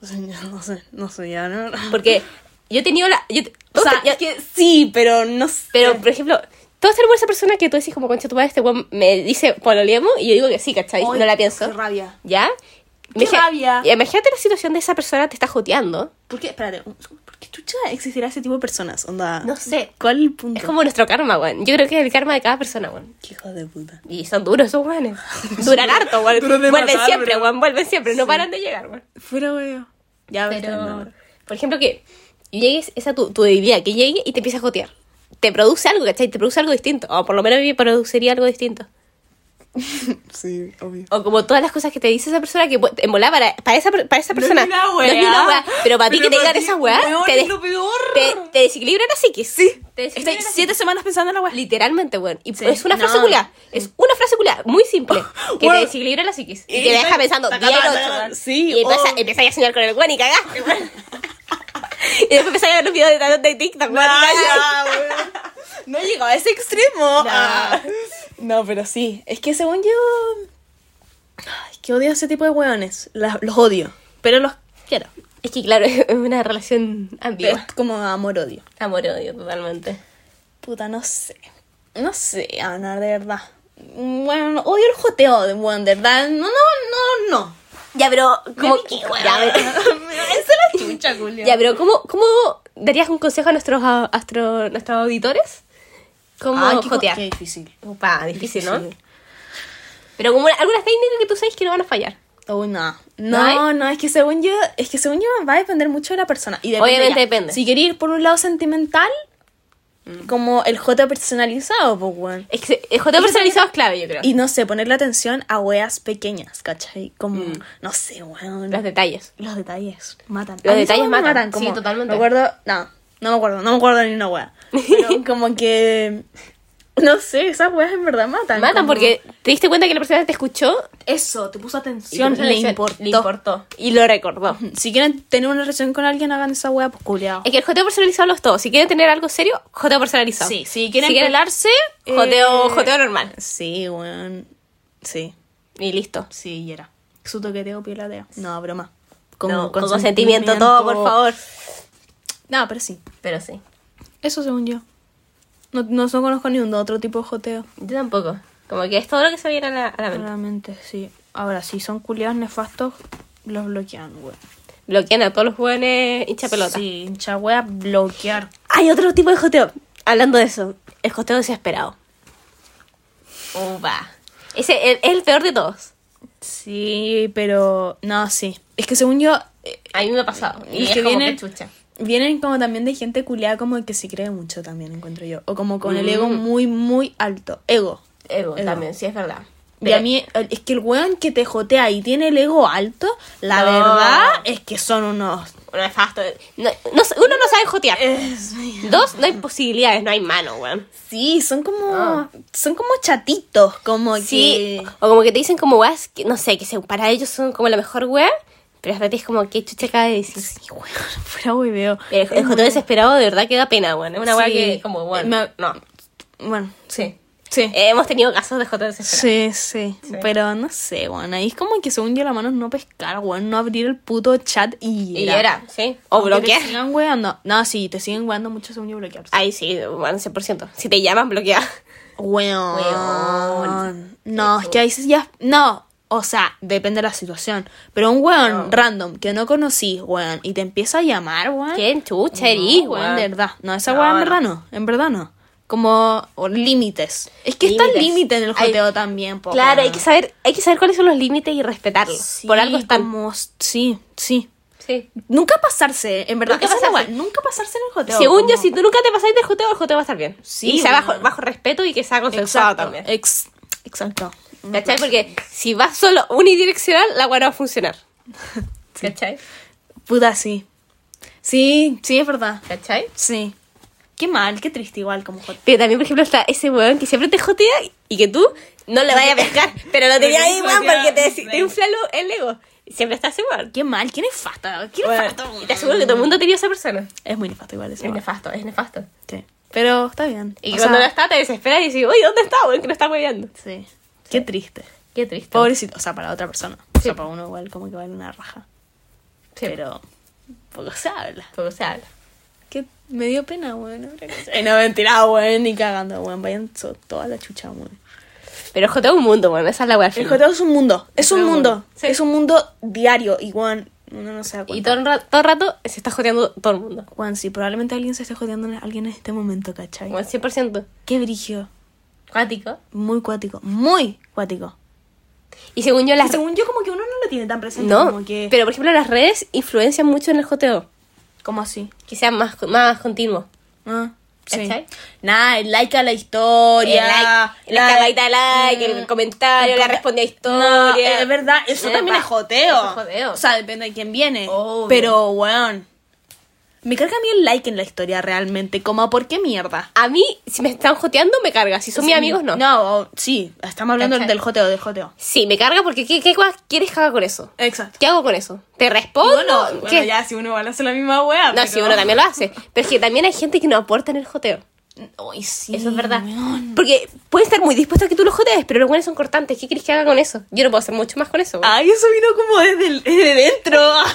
[SPEAKER 2] sé, no sé, no sé, ya no.
[SPEAKER 1] Porque yo he tenido la... Yo,
[SPEAKER 2] O sea,
[SPEAKER 1] yo-
[SPEAKER 2] es que sí, pero no sé.
[SPEAKER 1] Pero, por ejemplo, todos tenemos esa persona que tú decís como, concha, tu madre, este weón me dice pololeemos y yo digo que sí, ¿cachai?
[SPEAKER 2] Ay,
[SPEAKER 1] no la pienso.
[SPEAKER 2] Qué rabia.
[SPEAKER 1] ¿Ya?
[SPEAKER 2] Qué
[SPEAKER 1] Imagina-
[SPEAKER 2] rabia.
[SPEAKER 1] y Imagínate la situación de esa persona te está joteando.
[SPEAKER 2] ¿Por qué? Espérate, un segundo, ¿por qué chucha existirá ese tipo de personas? Onda.
[SPEAKER 1] No sé.
[SPEAKER 2] ¿Cuál es el punto?
[SPEAKER 1] Es como nuestro karma, weón. Yo creo que es el karma de cada persona, weón.
[SPEAKER 2] Qué hijo de puta.
[SPEAKER 1] Y son duros esos weones. Duran harto, weón.
[SPEAKER 2] Duros de
[SPEAKER 1] Vuelven
[SPEAKER 2] matar,
[SPEAKER 1] siempre,
[SPEAKER 2] bro.
[SPEAKER 1] weón. Vuelven siempre. No paran de llegar, weón.
[SPEAKER 2] Fuera, weón. Ya,
[SPEAKER 1] Pero, por ejemplo, que llegues, esa tu, tu idea, que llegue y te empieza a jotear. Te produce algo, ¿cachai? Te produce algo distinto. O por lo menos a mí me produciría algo distinto.
[SPEAKER 2] Sí, obvio.
[SPEAKER 1] O como todas las cosas que te dice esa persona que en volá para, para esa, per- para esa
[SPEAKER 2] No es
[SPEAKER 1] persona.
[SPEAKER 2] ni una
[SPEAKER 1] es ni una
[SPEAKER 2] weá.
[SPEAKER 1] weá, Pero para ti que
[SPEAKER 2] Pero
[SPEAKER 1] te
[SPEAKER 2] para
[SPEAKER 1] digan
[SPEAKER 2] ti,
[SPEAKER 1] esa weá,
[SPEAKER 2] weón,
[SPEAKER 1] te,
[SPEAKER 2] es
[SPEAKER 1] des-
[SPEAKER 2] lo peor.
[SPEAKER 1] te, te desequilibra la psiquis.
[SPEAKER 2] Sí.
[SPEAKER 1] Te desequilibra
[SPEAKER 2] Estoy
[SPEAKER 1] la
[SPEAKER 2] siete semanas pensando en la weá.
[SPEAKER 1] psiquis. Literalmente, weón. Y
[SPEAKER 2] Sí.
[SPEAKER 1] es una frase
[SPEAKER 2] No.
[SPEAKER 1] culiada. Es una frase culiada, muy simple. Que
[SPEAKER 2] Weón.
[SPEAKER 1] te desequilibra la psiquis. Y
[SPEAKER 2] Y
[SPEAKER 1] te deja
[SPEAKER 2] está-
[SPEAKER 1] pensando
[SPEAKER 2] taca,
[SPEAKER 1] 10
[SPEAKER 2] taca,
[SPEAKER 1] ocho,
[SPEAKER 2] taca.
[SPEAKER 1] weón.
[SPEAKER 2] Sí,
[SPEAKER 1] Y empieza,
[SPEAKER 2] oh.
[SPEAKER 1] empiezas a soñar con el weón y cagaste, weón. y después empezás a ver los videos de talón de TikTok, weón.
[SPEAKER 2] No llegó a ese extremo. Ah. No, pero sí. Es que según yo. Ay, que odio a ese tipo de weones. La- los odio. Pero los quiero.
[SPEAKER 1] Es que claro, es una relación
[SPEAKER 2] Pero
[SPEAKER 1] ambigua.
[SPEAKER 2] es como amor-odio.
[SPEAKER 1] Amor-odio, totalmente.
[SPEAKER 2] Puta, no sé. No sé, Ana, de verdad. Bueno, odio el joteo de weón, de verdad. No, no, no, no.
[SPEAKER 1] Ya, pero... Como, ya, pero-
[SPEAKER 2] Esa es la chucha, Julia.
[SPEAKER 1] Ya, pero ¿cómo, cómo darías un consejo a nuestros, a, astro- nuestros auditores? ¿Cómo
[SPEAKER 2] Ay, qué,
[SPEAKER 1] jotear?
[SPEAKER 2] qué difícil.
[SPEAKER 1] Upa, difícil, ¿no? Pero como algunas técnicas que tú sabes que no van a fallar.
[SPEAKER 2] Uy, no.
[SPEAKER 1] ¿No
[SPEAKER 2] No, no, es que según yo, es que según yo va a depender mucho de la persona. Y depende
[SPEAKER 1] Obviamente
[SPEAKER 2] ya.
[SPEAKER 1] depende. Mm.
[SPEAKER 2] Si quería ir por un lado sentimental, como el J personalizado, pues weón.
[SPEAKER 1] Es que se- eh, el joteo personalizado es clave, yo creo.
[SPEAKER 2] Y no sé, ponerle atención a weas pequeñas, ¿cachai? Como, no sé, weón.
[SPEAKER 1] Mm. los detalles.
[SPEAKER 2] Los detalles matan.
[SPEAKER 1] Los
[SPEAKER 2] A mí
[SPEAKER 1] detalles
[SPEAKER 2] esos me
[SPEAKER 1] matan, sí,
[SPEAKER 2] como-
[SPEAKER 1] totalmente.
[SPEAKER 2] Me acuerdo, no, no me acuerdo, no me acuerdo ni una wea. Pero como que, no sé, esas weas en verdad matan.
[SPEAKER 1] Matan
[SPEAKER 2] como-
[SPEAKER 1] porque te diste cuenta que la persona te escuchó
[SPEAKER 2] Eso, te puso
[SPEAKER 1] y te
[SPEAKER 2] atención,
[SPEAKER 1] puso
[SPEAKER 2] le
[SPEAKER 1] atención,
[SPEAKER 2] importó.
[SPEAKER 1] le importó. Y lo recordó.
[SPEAKER 2] Si quieren tener una relación con alguien, hagan esa wea, pues culiao.
[SPEAKER 1] Es que el joteo personalizado lo es todo. Si quieren tener algo serio, joteo personalizado.
[SPEAKER 2] Sí, si quieren Eh,
[SPEAKER 1] pelarse, joteo, joteo normal.
[SPEAKER 2] Sí, weón. Sí,
[SPEAKER 1] Y listo.
[SPEAKER 2] sí, y era. Su toqueteo, pilateo. No, broma. Con,
[SPEAKER 1] No, con consentimiento todo, por favor.
[SPEAKER 2] No, pero sí.
[SPEAKER 1] Pero sí.
[SPEAKER 2] Eso según yo. No, no, no conozco ni un otro tipo de joteo.
[SPEAKER 1] Yo tampoco. Como que es todo lo que se viene a la, a la mente.
[SPEAKER 2] Realmente, sí. Ahora, si son culiados nefastos, los bloquean, güey.
[SPEAKER 1] Ah. Bloquean a todos los jóvenes hincha pelota.
[SPEAKER 2] Sí, hincha wea, bloquear.
[SPEAKER 1] Hay otro tipo de joteo. Hablando de eso, el joteo desesperado. Uva. Ese es es el peor de todos.
[SPEAKER 2] Sí, pero. No, sí. Es que según yo. eh,
[SPEAKER 1] A mí me ha pasado. Y
[SPEAKER 2] Es
[SPEAKER 1] es,
[SPEAKER 2] que
[SPEAKER 1] como
[SPEAKER 2] viene-
[SPEAKER 1] que chucha.
[SPEAKER 2] Vienen como también de gente culiada como que se cree mucho también, encuentro yo. O como con el
[SPEAKER 1] Mm.
[SPEAKER 2] ego muy, muy alto. Ego.
[SPEAKER 1] Ego,
[SPEAKER 2] Ego.
[SPEAKER 1] Eh, también, sí, es verdad.
[SPEAKER 2] Y a mí, el- es que el weón que te jotea y tiene el ego alto, la
[SPEAKER 1] No.
[SPEAKER 2] verdad es que son unos...
[SPEAKER 1] Pero, bueno, nefasto. Eh. No, no- uno no sabe jotear. Dos, no hay posibilidades, no hay mano, weón.
[SPEAKER 2] Sí, son como...
[SPEAKER 1] Ah.
[SPEAKER 2] Son como chatitos, como
[SPEAKER 1] Sí,
[SPEAKER 2] que...
[SPEAKER 1] o como que te dicen como weas, que, no sé, que se- para ellos son como la mejor wea, pero para ti es como que chucha acaba de decir.
[SPEAKER 2] Sí, weón, fuera hueveo.
[SPEAKER 1] El, el joteo desesperado de verdad que da pena, weón. Es una wea
[SPEAKER 2] Sí.
[SPEAKER 1] que como, weón,
[SPEAKER 2] Me-
[SPEAKER 1] no.
[SPEAKER 2] Bueno,
[SPEAKER 1] Eh, Sí.
[SPEAKER 2] sí.
[SPEAKER 1] hemos tenido casos de joteo desesperado.
[SPEAKER 2] Sí, sí, pero no sé, weón. Ahí es como que según yo la mano es no pescar, weón. No abrir el puto chat y...
[SPEAKER 1] Y era, sí. O
[SPEAKER 2] Aunque
[SPEAKER 1] bloquear. Ah,
[SPEAKER 2] Te sigan weando. No, sí, te siguen weando mucho según yo bloquear.
[SPEAKER 1] Ay, sí, weón, 100%. Si te llaman, bloquea.
[SPEAKER 2] Weón.
[SPEAKER 1] Weón.
[SPEAKER 2] No, es que ahí sí ya. No, o sea, depende de la situación. Pero un weón random que no conocí, weón, y te empieza a llamar, weón.
[SPEAKER 1] ¿Quién chucha
[SPEAKER 2] No,
[SPEAKER 1] eres, Ah.
[SPEAKER 2] weón,
[SPEAKER 1] weón?
[SPEAKER 2] de verdad. No, esa
[SPEAKER 1] No,
[SPEAKER 2] weón en
[SPEAKER 1] no.
[SPEAKER 2] verdad no. En verdad no. Como o límites. Es que está el
[SPEAKER 1] Límites.
[SPEAKER 2] límite en el
[SPEAKER 1] Hay-
[SPEAKER 2] joteo también, po,
[SPEAKER 1] Claro, hay
[SPEAKER 2] weón.
[SPEAKER 1] que saber, hay que saber cuáles son los límites y respetarlos.
[SPEAKER 2] Sí,
[SPEAKER 1] Por algo están.
[SPEAKER 2] como- Sí, sí.
[SPEAKER 1] Sí.
[SPEAKER 2] Nunca pasarse, en verdad.
[SPEAKER 1] Nunca
[SPEAKER 2] esa es la
[SPEAKER 1] pasarse.
[SPEAKER 2] weá, Nunca pasarse en el joteo.
[SPEAKER 1] Según yo,
[SPEAKER 2] como-
[SPEAKER 1] si tú nunca te pasáis del joteo, el joteo va a estar bien.
[SPEAKER 2] Sí,
[SPEAKER 1] y sea bajo,
[SPEAKER 2] bueno.
[SPEAKER 1] bajo respeto y que sea consensuado
[SPEAKER 2] Exacto,
[SPEAKER 1] también.
[SPEAKER 2] ex- exacto.
[SPEAKER 1] ¿Cachai? Porque si vas solo unidireccional, la weá no va a funcionar. ¿Cachai?
[SPEAKER 2] Puta, sí. Sí, sí, es verdad.
[SPEAKER 1] ¿Cachai?
[SPEAKER 2] Sí. Qué mal, qué triste igual como jot-
[SPEAKER 1] Pero también, por ejemplo, está ese weón que siempre te jotea y que tú no le vayas a pescar. Pero lo tenías ahí, weón, porque te, te infla lo- el ego. Y Siempre está ese weón.
[SPEAKER 2] Qué mal, qué nefasta, qué
[SPEAKER 1] Bueno,
[SPEAKER 2] nefasto.
[SPEAKER 1] y te aseguro que todo el mundo ha tenido esa persona.
[SPEAKER 2] Es muy nefasto igual eso.
[SPEAKER 1] nefasto, es nefasto.
[SPEAKER 2] Sí. Pero está bien.
[SPEAKER 1] Y
[SPEAKER 2] O
[SPEAKER 1] cuando no
[SPEAKER 2] sea,
[SPEAKER 1] está, te desesperas y dices, uy, ¿dónde está, weón? Que no está hueveando.
[SPEAKER 2] Sí. Qué triste.
[SPEAKER 1] Qué triste.
[SPEAKER 2] Pobrecito, o sea, para la otra persona. O sea,
[SPEAKER 1] Sí.
[SPEAKER 2] para uno igual como que vale una raja.
[SPEAKER 1] Sí.
[SPEAKER 2] Pero poco se habla.
[SPEAKER 1] Poco se habla.
[SPEAKER 2] Que me dio pena, weón. ahora que- Ay, Eh, no, mentira, weón, ni cagando, weón. Vayan so- toda la chucha, weón.
[SPEAKER 1] Pero joteo es un mundo, weón. Esa es la weá. al
[SPEAKER 2] El
[SPEAKER 1] fin.
[SPEAKER 2] joteo es un mundo, es
[SPEAKER 1] Joteo
[SPEAKER 2] un
[SPEAKER 1] es un
[SPEAKER 2] mundo,
[SPEAKER 1] mundo. Sí.
[SPEAKER 2] es un mundo diario y Juan, uno no se da
[SPEAKER 1] Y
[SPEAKER 2] cuenta.
[SPEAKER 1] todo el, rato, todo el rato se está joteando todo el mundo.
[SPEAKER 2] Juan, sí, probablemente alguien se esté joteando a alguien en este momento, ¿cachai?
[SPEAKER 1] Bueno, 100%.
[SPEAKER 2] Qué brigio,
[SPEAKER 1] Cuático.
[SPEAKER 2] muy cuático, muy cuático.
[SPEAKER 1] Y según yo,
[SPEAKER 2] Que
[SPEAKER 1] las.
[SPEAKER 2] según yo como que uno no lo tiene tan presente
[SPEAKER 1] No,
[SPEAKER 2] como que...
[SPEAKER 1] pero por ejemplo, las redes influencian mucho en el joteo.
[SPEAKER 2] Como así.
[SPEAKER 1] Que sea más, más continuo.
[SPEAKER 2] Ah, sí.
[SPEAKER 1] ¿Cachai?
[SPEAKER 2] Nada, el like a la historia.
[SPEAKER 1] El like, la cagadita de like, el comentario,
[SPEAKER 2] el
[SPEAKER 1] la
[SPEAKER 2] comenta-
[SPEAKER 1] responde a
[SPEAKER 2] No,
[SPEAKER 1] historia.
[SPEAKER 2] Mm. es verdad, eso
[SPEAKER 1] Eh,
[SPEAKER 2] también
[SPEAKER 1] va.
[SPEAKER 2] es joteo.
[SPEAKER 1] Eso es joteo.
[SPEAKER 2] O sea, depende de quién viene.
[SPEAKER 1] Obvio.
[SPEAKER 2] Pero, weón. Me carga a mí el like en la historia realmente. Como, ¿por qué mierda?
[SPEAKER 1] A mí, si me están joteando, me carga. Si son mis amigos, no.
[SPEAKER 2] No, o- sí, estamos hablando
[SPEAKER 1] ¿Cachai?
[SPEAKER 2] del joteo, del joteo.
[SPEAKER 1] Sí, me carga porque ¿qué, qué guas quieres que haga con eso?
[SPEAKER 2] Exacto.
[SPEAKER 1] ¿Qué hago con eso? ¿Te respondo?
[SPEAKER 2] Bueno, bueno,
[SPEAKER 1] ¿Qué?
[SPEAKER 2] ya si uno igual hace la misma wea.
[SPEAKER 1] no, si uno también lo hace. Pero es que también hay gente que no aporta en el joteo.
[SPEAKER 2] Ay, sí.
[SPEAKER 1] Eso es verdad.
[SPEAKER 2] weón.
[SPEAKER 1] Porque puede estar muy dispuesto a que tú lo jotees, pero los buenos son cortantes. ¿Qué quieres que haga con eso? Yo no puedo hacer mucho más con eso.
[SPEAKER 2] Ay, eso vino como desde, el- desde dentro. Ah.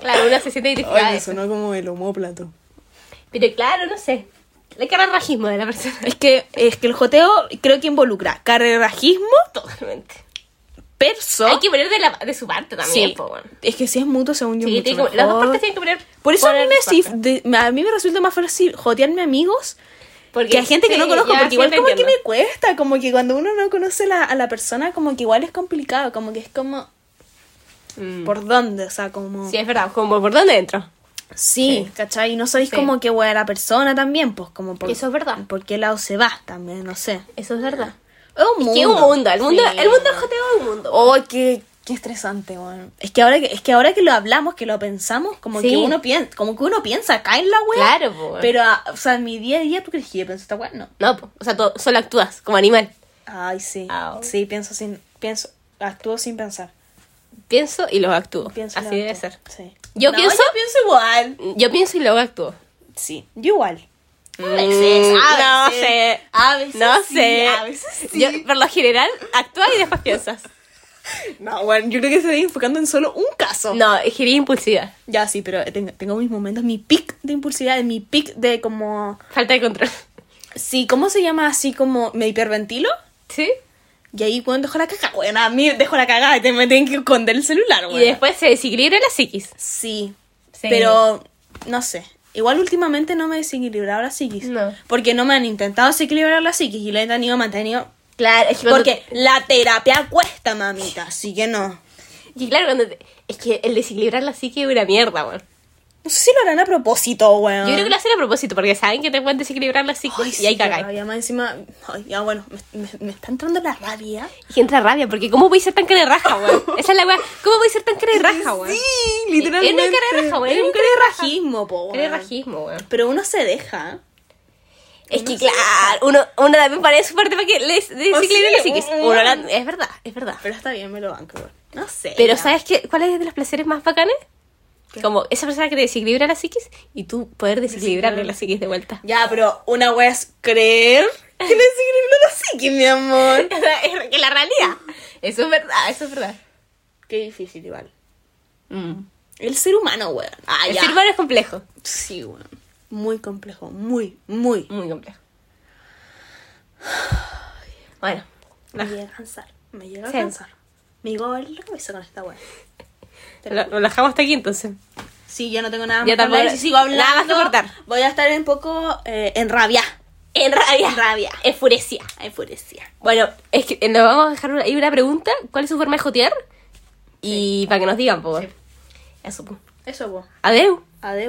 [SPEAKER 1] Claro, una se siente identificada. de eso.
[SPEAKER 2] sonó como el homóplato.
[SPEAKER 1] Pero claro, no sé. Le cara el rajismo de la persona.
[SPEAKER 2] Es que, es que el joteo creo que involucra carrerajismo,
[SPEAKER 1] Totalmente.
[SPEAKER 2] perso.
[SPEAKER 1] Hay que poner de, la, de su parte también,
[SPEAKER 2] Sí.
[SPEAKER 1] po, bueno.
[SPEAKER 2] Es que si es mutuo, según yo.
[SPEAKER 1] Sí,
[SPEAKER 2] mucho
[SPEAKER 1] tiene que- las dos
[SPEAKER 2] mejor.
[SPEAKER 1] partes tienen que poner.
[SPEAKER 2] Por eso a mí,
[SPEAKER 1] poner
[SPEAKER 2] me,
[SPEAKER 1] de su
[SPEAKER 2] si-
[SPEAKER 1] parte.
[SPEAKER 2] de- me- a mí me resulta más fácil jotearme amigos
[SPEAKER 1] Porque
[SPEAKER 2] que a gente que
[SPEAKER 1] sí,
[SPEAKER 2] no conozco.
[SPEAKER 1] ya,
[SPEAKER 2] Porque
[SPEAKER 1] sí,
[SPEAKER 2] igual,
[SPEAKER 1] te
[SPEAKER 2] como que
[SPEAKER 1] entiendo.
[SPEAKER 2] me cuesta. Como que cuando uno no conoce la- a la persona, como que igual es complicado. Como que es como.
[SPEAKER 1] Mm.
[SPEAKER 2] ¿Por dónde? O sea, como.
[SPEAKER 1] Sí, es verdad. Como por dónde entro.
[SPEAKER 2] Sí, ¿cachai? Y no sabéis
[SPEAKER 1] Sí.
[SPEAKER 2] como qué hueá la persona también, pues como por,
[SPEAKER 1] Eso es verdad.
[SPEAKER 2] por qué lado se va también, no sé.
[SPEAKER 1] Eso es verdad.
[SPEAKER 2] Es un mundo.
[SPEAKER 1] Que es un mundo. El mundo,
[SPEAKER 2] Sí.
[SPEAKER 1] el mundo del joteo es un mundo.
[SPEAKER 2] Oh, qué, qué estresante, weón. Es que ahora que, es que ahora que lo hablamos, que lo pensamos, como
[SPEAKER 1] Sí.
[SPEAKER 2] que uno piensa, como que uno piensa, cae en la weá.
[SPEAKER 1] Claro, po, weón.
[SPEAKER 2] Pero, ah, o sea, en mi día a día, ¿tú crees que yo pienso esta weá? No.
[SPEAKER 1] No, po. o sea, tú solo actúas como animal.
[SPEAKER 2] Ay, sí.
[SPEAKER 1] Au.
[SPEAKER 2] Sí, pienso sin, pienso, actúo sin pensar.
[SPEAKER 1] Pienso y luego actúo.
[SPEAKER 2] Pienso
[SPEAKER 1] Así
[SPEAKER 2] en
[SPEAKER 1] debe
[SPEAKER 2] acto.
[SPEAKER 1] ser.
[SPEAKER 2] Sí.
[SPEAKER 1] Yo
[SPEAKER 2] No,
[SPEAKER 1] pienso-
[SPEAKER 2] Yo pienso igual.
[SPEAKER 1] Yo pienso y luego actúo.
[SPEAKER 2] Sí, yo igual.
[SPEAKER 1] A veces, a veces.
[SPEAKER 2] A veces
[SPEAKER 1] Mm, No
[SPEAKER 2] sí,
[SPEAKER 1] sé.
[SPEAKER 2] a veces sí.
[SPEAKER 1] Yo, por lo general, actúas y después piensas.
[SPEAKER 2] No, bueno, yo creo que estoy enfocando en solo un caso.
[SPEAKER 1] No, es que eres impulsiva.
[SPEAKER 2] Ya, sí, pero tengo, tengo mis momentos, mi pic de impulsividad, mi pic de como...
[SPEAKER 1] Falta de control.
[SPEAKER 2] Sí, ¿cómo se llama así como... ¿Me hiperventilo?
[SPEAKER 1] ¿Sí?
[SPEAKER 2] Y ahí, weón, dejó la cagada. Bueno, a mí dejó la cagada y te me tienen que esconder el celular, weón.
[SPEAKER 1] Y después se desequilibra la psiquis.
[SPEAKER 2] Sí,
[SPEAKER 1] Sí.
[SPEAKER 2] Pero, no sé. Igual últimamente no me he desequilibrado la psiquis.
[SPEAKER 1] No.
[SPEAKER 2] Porque no me han intentado desequilibrar la psiquis y la he tenido mantenido.
[SPEAKER 1] Claro, es que cuando-
[SPEAKER 2] Porque la terapia cuesta, mamita. Así que no.
[SPEAKER 1] Y claro, cuando te- es que el desequilibrar la psiquis es una mierda, weón.
[SPEAKER 2] No sé si lo harán a propósito, weón.
[SPEAKER 1] Yo creo que lo hacen a propósito, porque saben que te pueden desequilibrar la psiquis
[SPEAKER 2] Ay,
[SPEAKER 1] y
[SPEAKER 2] sí,
[SPEAKER 1] ahí
[SPEAKER 2] qué
[SPEAKER 1] cagáis.
[SPEAKER 2] rabia, más encima. Ay, ya bueno, me, me- me está entrando la rabia.
[SPEAKER 1] Y entra rabia, porque ¿cómo voy a ser tan cara de raja, weón? Esa es la weá. ¿Cómo voy a ser tan cara de raja, weón?
[SPEAKER 2] Sí,
[SPEAKER 1] literalmente.
[SPEAKER 2] Es una cara de raja, weón.
[SPEAKER 1] Es un
[SPEAKER 2] carerrajismo, po,
[SPEAKER 1] Cara de
[SPEAKER 2] weón.
[SPEAKER 1] rajismo, weón.
[SPEAKER 2] Pero uno se deja.
[SPEAKER 1] Es que, claro, uno, uno también parece su parte para que les desequilibre
[SPEAKER 2] sí,
[SPEAKER 1] la psiquis.
[SPEAKER 2] un-
[SPEAKER 1] Uno la- es verdad, es verdad.
[SPEAKER 2] Pero está bien, me lo banco, weón. No sé.
[SPEAKER 1] Pero
[SPEAKER 2] ya.
[SPEAKER 1] ¿sabes qué? ¿Cuál es de los placeres más bacanes?
[SPEAKER 2] ¿Qué?
[SPEAKER 1] Como esa persona que te desequilibra la psiquis y tú poder desequilibrarle la psiquis de vuelta.
[SPEAKER 2] Ya, pero una wea es creer que le siguen la psique, mi amor.
[SPEAKER 1] es que la realidad. Eso es verdad, eso es verdad.
[SPEAKER 2] Qué difícil, igual. El ser humano, weón. Ah,
[SPEAKER 1] Mm. El
[SPEAKER 2] ya.
[SPEAKER 1] ser humano es complejo.
[SPEAKER 2] Sí, weón. Muy complejo, muy, muy.
[SPEAKER 1] Muy complejo. Bueno,
[SPEAKER 2] Me llega a cansar, me llega a
[SPEAKER 1] Sí.
[SPEAKER 2] cansar. Me llegó a doler la cabeza con esta wea.
[SPEAKER 1] lo, lo dejamos hasta aquí entonces.
[SPEAKER 2] Sí, ya no tengo nada más
[SPEAKER 1] Ya
[SPEAKER 2] que hablar.
[SPEAKER 1] tampoco-
[SPEAKER 2] Si sigo hablando,
[SPEAKER 1] nada más que cortar.
[SPEAKER 2] voy a estar un poco eh, en rabia.
[SPEAKER 1] En rabia.
[SPEAKER 2] En rabia.
[SPEAKER 1] Enfurecida.
[SPEAKER 2] Enfurecida.
[SPEAKER 1] Bueno, es que eh, nos vamos a dejar una- ahí una pregunta. ¿Cuál es su forma de jotear? Y para que nos digan, pues. Eso, pues.
[SPEAKER 2] Eso, vos.
[SPEAKER 1] Adeu.
[SPEAKER 2] Adiós.